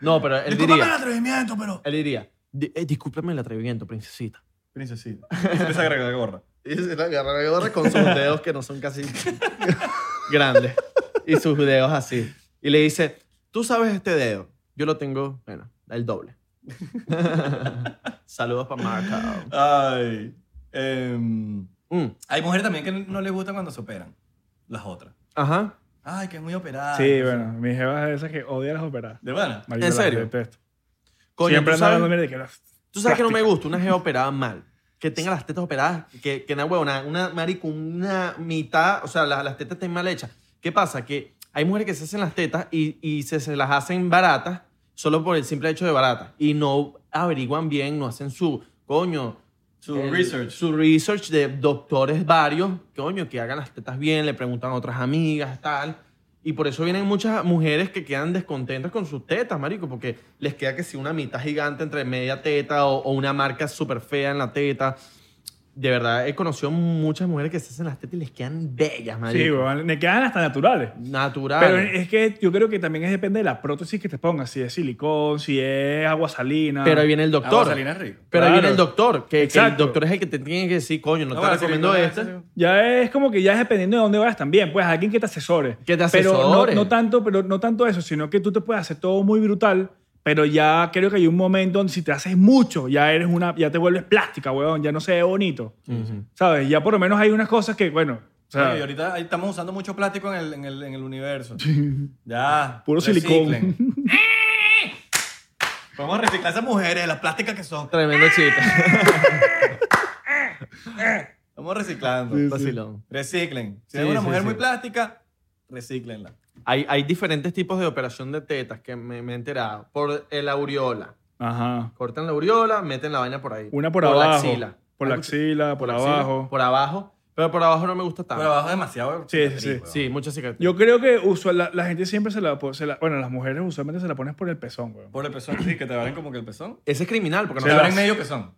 No, pero él Discúlpame el diría, atrevimiento, pero. él diría, "Di- eh, discúlpame el atrevimiento, princesita. Princesita. Y se empieza a agregar gorra. Y se la agarra con sus dedos que no son casi grandes. Y sus dedos así. Y le dice, tú sabes este dedo. Yo lo tengo, bueno, el doble. Saludos para Marco. Ay. em, Mm, hay mujeres también que no les gusta cuando se operan. Las otras. Ajá. Ay, que es muy operada. Sí, bueno, mi jeva es esa que odia las operadas. De buena. Marico, ¿En las serio? detesto. Coño, Siempre ¿tú anda sabes, hablando mierda de que las- tú sabes que no me gusta una jeva operada mal. Que tenga las tetas operadas, que, que una huevona, una marico, una mitad, o sea, la- las tetas estén mal hechas. ¿Qué pasa? Que hay mujeres que se hacen las tetas y, y se, se las hacen baratas solo por el simple hecho de baratas. Y no averiguan bien, no hacen su, coño. Su el- research. Su research de doctores varios, coño, que hagan las tetas bien, le preguntan a otras amigas, tal. Y por eso vienen muchas mujeres que quedan descontentas con sus tetas, marico, porque les queda que si una mitad gigante entre media teta o, o una marca súper fea en la teta. De verdad, he conocido muchas mujeres que se hacen las tetas y les quedan bellas, marico. Sí, weón, me quedan hasta naturales. Natural. Pero es que yo creo que también es- depende de la prótesis que te pongas, si es silicón, si es agua salina. Pero ahí viene el doctor. Salina Rico. Pero ahí Claro. viene el doctor, que, que el Exacto. doctor es el que te tiene que decir, coño, no, No, te bueno, recomiendo sí, este. sí. Ya es como que ya es dependiendo de dónde vayas también, pues alguien que te asesore. Que te Pero asesore. no, no tanto, pero no tanto eso, sino que tú te puedes hacer todo muy brutal, pero ya creo que hay un momento donde si te haces mucho, ya eres una ya te vuelves plástica, weón, ya no se ve bonito. ¿Sabes? Ya por lo menos hay unas cosas que, bueno, o sea, Oye, y ahorita ahí estamos usando mucho plástico en el, en el, en el universo. Ya. Puro silicón. reciclen. Vamos a reciclar a esas mujeres, las plásticas que son. Tremendo chiste. Estamos reciclando. Vacilón. Reciclen. Si Sí, hay una sí, mujer sí. muy plástica, recíclenla. Hay, hay diferentes tipos de operación de tetas que me, me he enterado. Por el aureola. ajá. Cortan la aureola, meten la vaina por ahí. Una por, la abajo, axila. por la axila, por, la axila, abajo. Por abajo. Pero por abajo no me gusta tanto. Pero abajo es demasiado. Sí, sí, cicatriz, sí. weón. sí, muchas cicatrices. Yo creo que usual, la, la gente siempre se la, po- se la- Bueno, las mujeres usualmente se la pones por el pezón, weón. Por el pezón, sí, que te abren como que el pezón. Ese es criminal porque no Te te abren vas- medio pezón.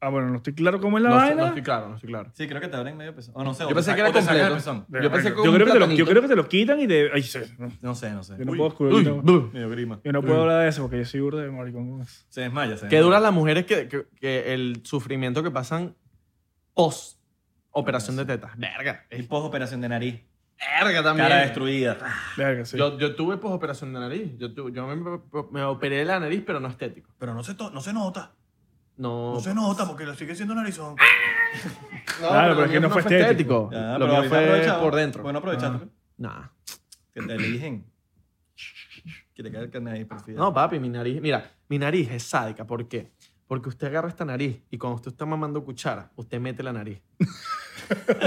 Ah, bueno, no estoy claro cómo es la No, estoy- vaina. no estoy claro, no estoy claro. Sí, creo que te abren medio pezón. O no sé. o Yo te pensé sa- que era o te sacan completo. el pezón. Yo pensé que yo, un creo que te lo, yo platanito. creo que te lo quitan y te... Ay, se- no. No sé, no sé. Yo no Uy, puedo, Uy, yo no- buh. Medio grima. yo no puedo hablar de eso porque yo soy burda de maricón. con eso. Se desmaya. Se Que desmaya. duran las mujeres que, que- que el sufrimiento que pasan post operación de tetas. Verga. Y es posoperación de nariz. Verga también. Ah. Cara destruida. Verga, sí. Yo, yo tuve posoperación de nariz. Yo, tuve- yo me, me operé la nariz, pero no estético. Pero no se, to- no se nota. No. No se nota porque lo sigue siendo narizón. No, Claro, lo pero es que mío no fue estético. Ya, lo pero mío ahorita fue aprovechado. por dentro. Ah. Bueno, aprovechaste. Nah. Que te eligen. Que te cae el carne ahí, perfil. No, papi, mi nariz. Mira, mi nariz es sádica. ¿Por qué? Porque usted agarra esta nariz y cuando usted está mamando cuchara, usted mete la nariz.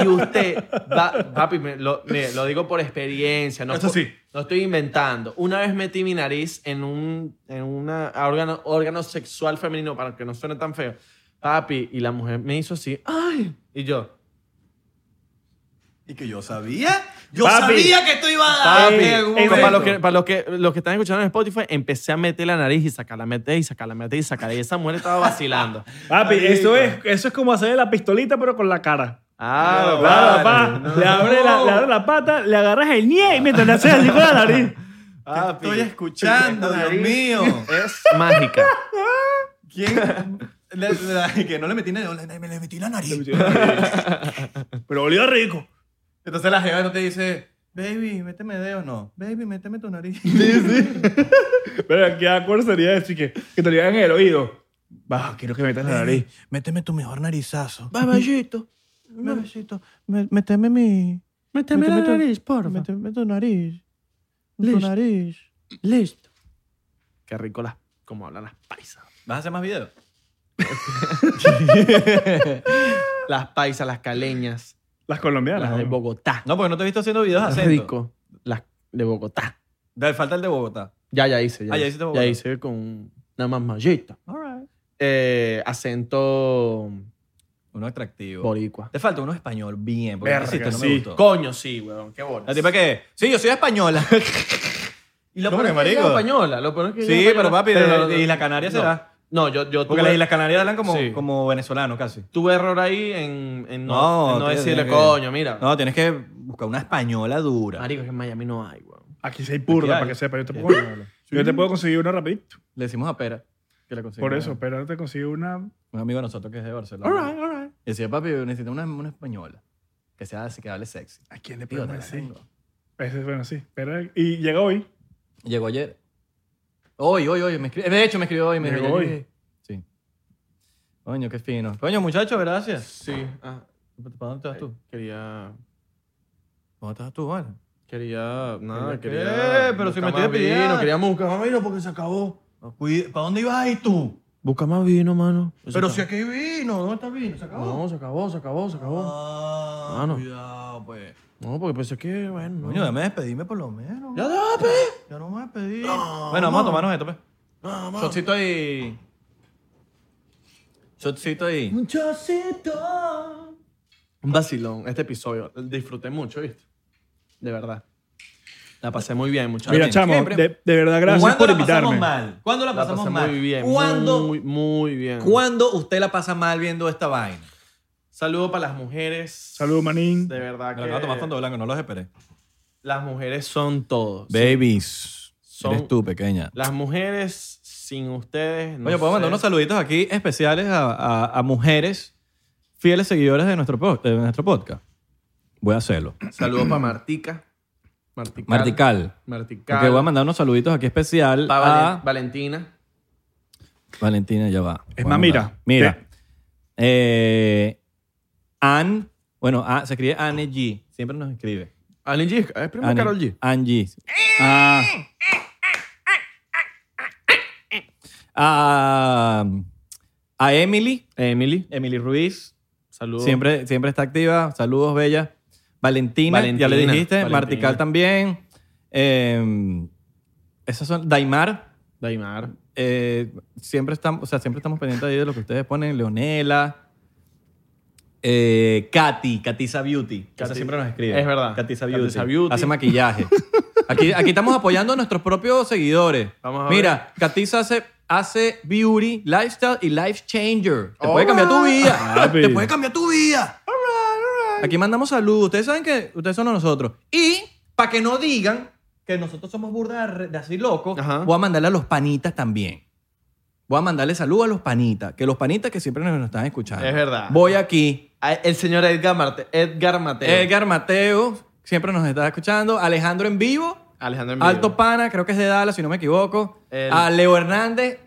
y usted va. Papi, me- lo, me- lo digo por experiencia. No, Eso por- sí. No estoy inventando. Una vez metí mi nariz en un en una órgano, órgano sexual femenino para que no suene tan feo. Papi, y la mujer me hizo así. ¡Ay! Y yo. Y que yo sabía. Yo Papi. sabía que esto iba a dar. Papi, Ey, pero ey, para, ey. los que, para los, que, los que están escuchando en Spotify, empecé a meter la nariz y sacar la meter y sacar la meter y sacar. Y esa mujer estaba vacilando. Papi, eso es, eso es como hacer la pistolita, pero con la cara. Ah, Claro, vale. papá. Le abres la, le abres la pata, le agarras el nie y mientras le haces así con la nariz. Papi, Estoy escuchando, Dios mío. Es mágica. ¿Quién? Le- le- que no le metí, na- le- me le metí la nariz. Pero olía rico. Entonces la jeva no te dice, baby, méteme dedos. No, baby, méteme tu nariz. Pero qué acuerdo sería decir que, que te lo digan en el oído. Baja, quiero que metas la nariz. Méteme tu mejor narizazo. Baballito. Baballito. me- Méteme mi. Méteme la tu- nariz, porfa. Méteme tu nariz. Tu Listo. nariz. Listo. Qué rico las, como hablan las paisas. ¿Vas a hacer más videos? Las paisas, las caleñas, Las colombianas. las de ¿no? Bogotá. No, porque no te he visto haciendo videos Las acento. rico. Las de Bogotá. Da- Falta el de Bogotá. Ya, ya hice. Ya, Ah, ya hice, hiciste Bogotá. ya hice con una mamallita. Alright. Eh, acento Uno atractivo. boricua. Te falta uno español bien, porque Verga, no hiciste, no sí. me gustó. Coño, sí, weón. Qué bonito. La tipa que, sí, yo soy española. Y lo ¿Cómo peor es que, que ella es marico? española. Lo peor es que ella es Sí, española. pero pues, papi, de- lo- de Islas Canarias no. será. No, yo, yo Porque tuve, las Islas Canarias hablan como, Sí. como venezolano casi. tuve error ahí en, en no, No, en no tío, decirle, tiene que- coño, mira. No, tienes que buscar una española dura. Marico, es que en Miami no hay, weón. Aquí sí hay purda, Aquí hay. para que sepa. Yo te, puedo, yo te puedo conseguir una rapidito. Le decimos a Pera que la Por conseguimos. eso, pero te consigo una... Un amigo de nosotros que es de Barcelona. Alright, alright. Y decía, papi, necesito una, una española que sea así, que hable sexy. ¿A quién le Digo, podemos te la decir? tengo. Ese es bueno, sí. Espera, y llega hoy. Llegó ayer. Hoy, hoy, hoy. Me escri- De hecho, me escribió hoy. Me Llegó dijo, hoy. "Oye". Sí. Coño, qué fino. Coño, muchacho, gracias. Sí. Ah, ¿Para dónde te vas tú? quería. ¿Dónde te vas tú, vale? Quería. Nada, ¿Quería quería. qué? Pero si buscar me estoy más despidiendo. vino, Queríamos buscar más vino porque se acabó. ¿Para dónde ibas ahí tú? Busca más vino, mano. Se Pero acabó. si aquí vino, ¿dónde está el vino? ¿Se acabó? No, se acabó, se acabó, se acabó. Ah, Mano. cuidado, pues. No, porque pensé que, bueno. Coño, déjame despedirme por lo menos. ¡Ya te vas, pe! Ya no me voy a despedir. bueno, vamos a tomarnos esto, pues. Shotcito y... Shotcito y... Un chocito. Un vacilón, este episodio. Disfruté mucho, ¿viste? De verdad. La pasé muy bien, muchachos. Mira, chamo, siempre- de, de verdad, gracias ¿Cuándo por la pasamos invitarme. mal? ¿Cuándo la La pasé pasamos Mm. muy mal? bien. ¿Cuándo, Muy, muy bien. ¿Cuándo usted la pasa mal viendo esta vaina? Saludo para las mujeres. Saludos, manín. De verdad que. Me lo acabo de tomar fondo blanco, no los esperé. Las mujeres son todo. Babies, Son- eres tú, pequeña. Las mujeres sin ustedes. No Oye, pues, puedo mandar sé. unos saluditos aquí especiales a, a- a mujeres fieles seguidores de nuestro, po- de nuestro podcast. Voy a hacerlo. Saludo para Martica. Martical. Martical. Martical. Porque voy a mandar unos saluditos aquí especial Pa' a Valen- Valentina. Valentina, ya va. Es Voy a más, mandar. mira. Mira. Eh, Ann, bueno, ah, se escribe Anne G. Siempre nos escribe. Allen G. Es primo de Anne- Karol G. Ann G. Ah, A, Ah. a Emily, Emily. Emily Ruiz. Saludos. Siempre, siempre está activa. Saludos, bella. Valentina, Valentina, ya le dijiste. Valentina. Martical también. Eh, esas son. Daimar. Daimar. eh, siempre, estamos, o sea, siempre estamos pendientes ahí de lo que ustedes ponen. Leonela. Eh, Katy, Katisa Beauty. que esa Katy- siempre nos escribe. es verdad. Katisa Katisa Beauty. Beauty. Hace maquillaje. Aquí, aquí estamos apoyando a nuestros propios seguidores. Vamos a Mira, Katisa hace, hace beauty, lifestyle y life changer. Te puede cambiar tu vida. Ah, papi. Te puede cambiar tu vida. Aquí mandamos salud. Ustedes saben que ustedes son nosotros. Y para que no digan que nosotros somos burda de re- de así locos, Ajá. voy a mandarle a los panitas también. Voy a mandarle salud a los panitas, que los panitas que siempre nos nos están escuchando. Es verdad. Voy aquí. A- El señor Edgar, Marte- Edgar Mateo. Edgar Mateo siempre nos está escuchando. Alejandro en vivo. Alejandro Emilio. Alto Pana, creo que es de Dallas, si no me equivoco. El- A Leo Hernández.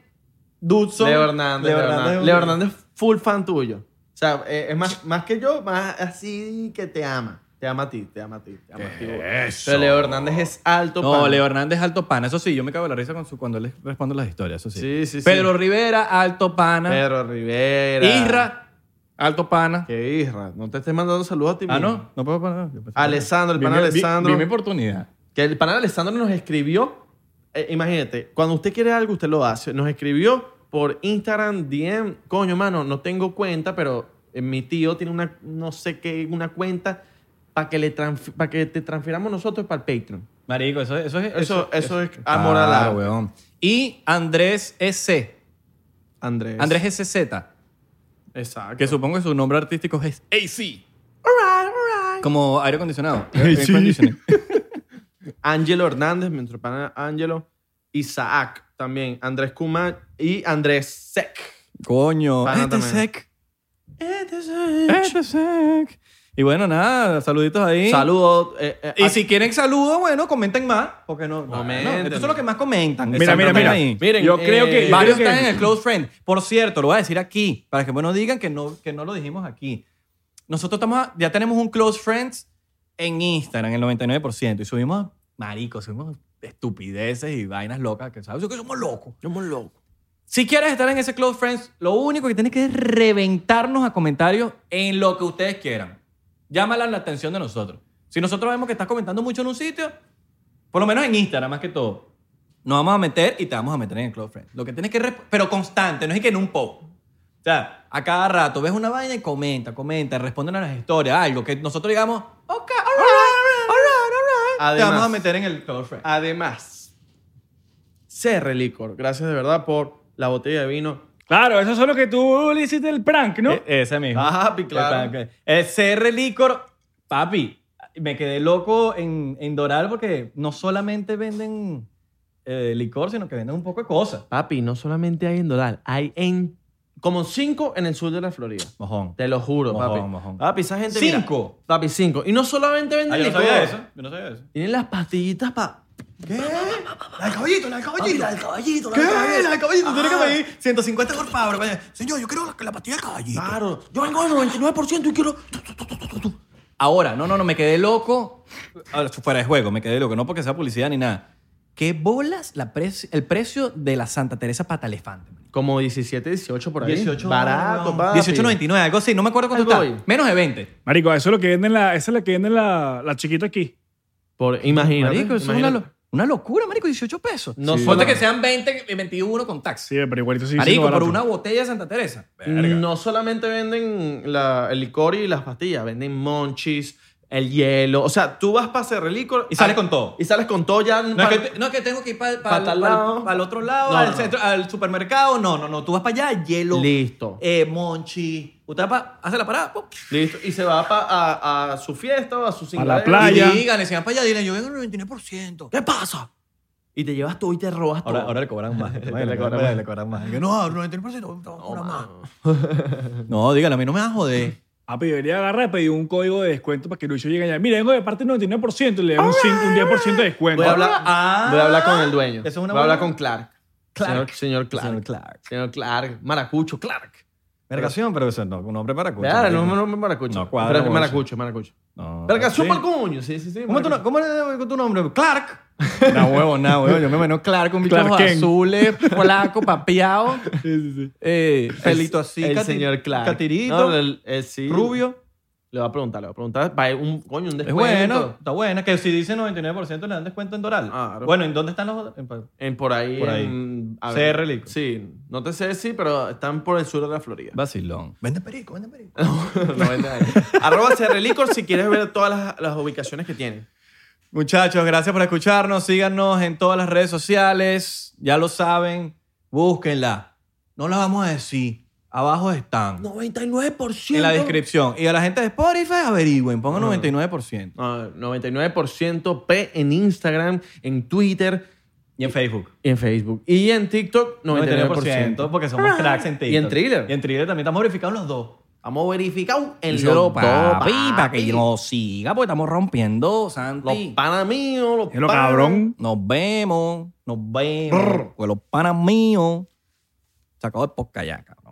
Dudson. Leo Hernández. Leo Hernández. es- Leo Hernández, full fan tuyo. O sea, eh, es más, más que yo, más así que te ama. Te ama a ti, te ama a ti, te ama a ti. Eso. Pero Leo Hernández es alto. No, pan. Leo Hernández alto pana. Eso sí, yo me cago en la risa con su, cuando él responde las historias. Eso sí. Sí, sí, sí. Pedro Rivera, alto pana. Pedro Rivera. Isra, alto pana. ¿Qué Isra? No te estés mandando saludos a ti Ah, mismo. no, no puedo poner. yo pensé- Alessandro, el Vi pan mi- vi- Alessandro. Vi, mi oportunidad. Que el panel Alessandro nos escribió, eh, imagínate, cuando usted quiere algo, usted lo hace. Nos escribió por Instagram, DM, coño, mano, no tengo cuenta, pero eh, mi tío tiene una, no sé qué, una cuenta para que, le transf- pa' que te transfiramos nosotros para el Patreon. Marico, eso, eso es... Eso, eso, es amor al Ah, arte. weón. Y Andrés S. Andrés. Andrés SZ. Exacto. Que supongo que su nombre artístico es AC. Como aire acondicionado. AC. Air conditioning. Ángelo Hernández, mi otro pana Ángelo. Isaac también. Andrés Kuma y Andrés Sec. Coño. Ah, Pana Este también. sec. Este sec. Y bueno, nada, saluditos ahí. Saludos. eh, eh, Y a- si quieren saludos, bueno, comenten más. Porque no. Comenten. Bueno, estos son los que más comentan. Mira, mira, mira. Ahí. Miren, yo creo eh, que. yo Varios creo que- están en el Close Friend. Por cierto, lo voy a decir aquí, para que bueno digan que no, que no lo dijimos aquí. Nosotros estamos, a- ya tenemos un Close Friends en Instagram, el 99%, y subimos maricos, subimos estupideces y vainas locas, que sabes que somos locos. Somos locos. Si quieres estar en ese Close Friends, lo único que tienes que es reventarnos a comentarios en lo que ustedes quieran. Llámala la atención de nosotros. Si nosotros vemos que estás comentando mucho en un sitio, por lo menos en Instagram más que todo, nos vamos a meter y te vamos a meter en el Close Friends. Lo que tienes que... resp- Pero constante, no es que en un post. O sea, a cada rato ves una vaina y comenta, comenta, responden a las historias, algo que nosotros digamos, ok, all right, all right, all right. Además- te vamos a meter en el Close Friends. Además, CR Licor, gracias de verdad por la botella de vino. Claro, eso es lo que tú le hiciste el prank, ¿no? Eh. E- ese mismo. Ah, papi, claro. El, el CR Eh, Licor, papi, me quedé loco en, en Doral porque no solamente venden eh, licor, sino que venden un poco de cosas. Papi, no solamente hay en Doral, hay en como cinco en el sur de la Florida. Mojón. Te lo juro, Mojón, papi. mojón. Papi, esa gente. mira, Cinco. Ah, papi, cinco. Y no solamente venden licor. Yo no sabía eso. Tienen las pastillitas para. ¿Qué? La del caballito, la del caballito. La del caballito, la ¿Qué? La caballito, Ah. tiene tiene que que pedir pedir 150 por favor. Señor, yo quiero la, la pastilla del caballito. Claro. Yo vengo del 99% y quiero... Ahora, no, no, no, me quedé loco. Ahora, Fuera de juego, me quedé loco. No porque sea publicidad ni nada. ¿Qué bolas la preci- el precio de la Santa Teresa pata elefante? marico? Como 17, 18 por ahí. 18, Barato, papi. 18.99, algo así. No me acuerdo cuánto Algo está. ahí. Menos de 20. Marico, eso es lo que venden la, esa es la que venden la, la chiquita aquí. Por, imagínate. Marico, eso es una, imagínate. lo- una locura, marico. 18 pesos. No No Sí. Ponte solamente- que sean 20, y 21 con tax. Sí, pero igualito sí. marico, por barato. una botella de Santa Teresa. No solamente venden la- el licor y las pastillas, venden monchis, el hielo. O sea, tú vas para cerrar el licor. Y sales con todo. Y sales con todo ya. No es, pa- que, te- no es que tengo que ir para Pa' tal lado. el otro lado, No, al, no, no. centro- al supermercado. No, no, no. Tú vas para allá, hielo. Listo. Eh, monchi. Usted va, hace la parada. pum. Listo. Y se va pa- a, a su fiesta o a su la cingadera. playa. Y díganle, si van para allá, dile, yo vengo al 99%. ¿Qué pasa? Y te llevas todo y te robas todo. le cobran más. Le cobran más. cobran más. Que no, el 99% no, No, no, más. mano. No, dígale, a mí no me vas a joder. Ah, pero yo debería agarrar y pedir un código de descuento para que Lucho llegue allá. Mira, vengo de parte del 99% y le doy un, cinco- un 10% de descuento. Voy a hablar, Ah. voy a hablar con el dueño. Eso es una voy a hablar buena- con Clark. Clark. Señor, señor Clark. Señor Clark. Señor Clark. Maracucho, Clark. Vergación, pero eso no, un hombre para culo. Claro, no, no, no, maracucho. No cuadra, Pero es bolsa. maracucho, maracucho. No, Vergación sí. para el coño. Sí, sí, sí. ¿Cómo, tú, maracucho. no- cómo es tu nombre? Clark. No, huevo, no, huevo. Yo me imagino Clark con bichos Clark Kent. azules, polaco, papeado. Eh, pelito así. el cati- señor Clark. Catirito. No, el- el- Eh, sí. Rubio. Le va a preguntar, le va a preguntar. Va, un, coño, un Es descuento. bueno, está buena. Que si dice 99% le dan descuento en Doral. Claro. Bueno, ¿en dónde están los otros? En pa- En por ahí. Por ahí. en- a ver, CR Lico. Sí. No te sé decir, pero están por el sur de la Florida. Vacilón. Vende perico, vende perico. No, vete ahí. Arroba CR Licor si quieres ver todas las, las ubicaciones que tienen. Muchachos, gracias por escucharnos. Síganos en todas las redes sociales. Ya lo saben. Búsquenla. No la vamos a decir. Abajo están. 99%. En la descripción. Y a la gente de Spotify, averigüen. Pongan 99%. Ah, 99% P en Instagram, en Twitter Y en Facebook. y en Facebook. Y en TikTok, 99%. 99%, porque somos cracks en TikTok. Y en Thriller. Y en Thriller también estamos verificados los dos. Vamos verificado en Yo, los papi, dos, para que papi. lo siga, porque estamos rompiendo, Santi. Los panas míos, los Es lo panas. cabrón. Nos vemos, nos vemos. Con los panas míos. Se acabó el podcast ya, cabrón.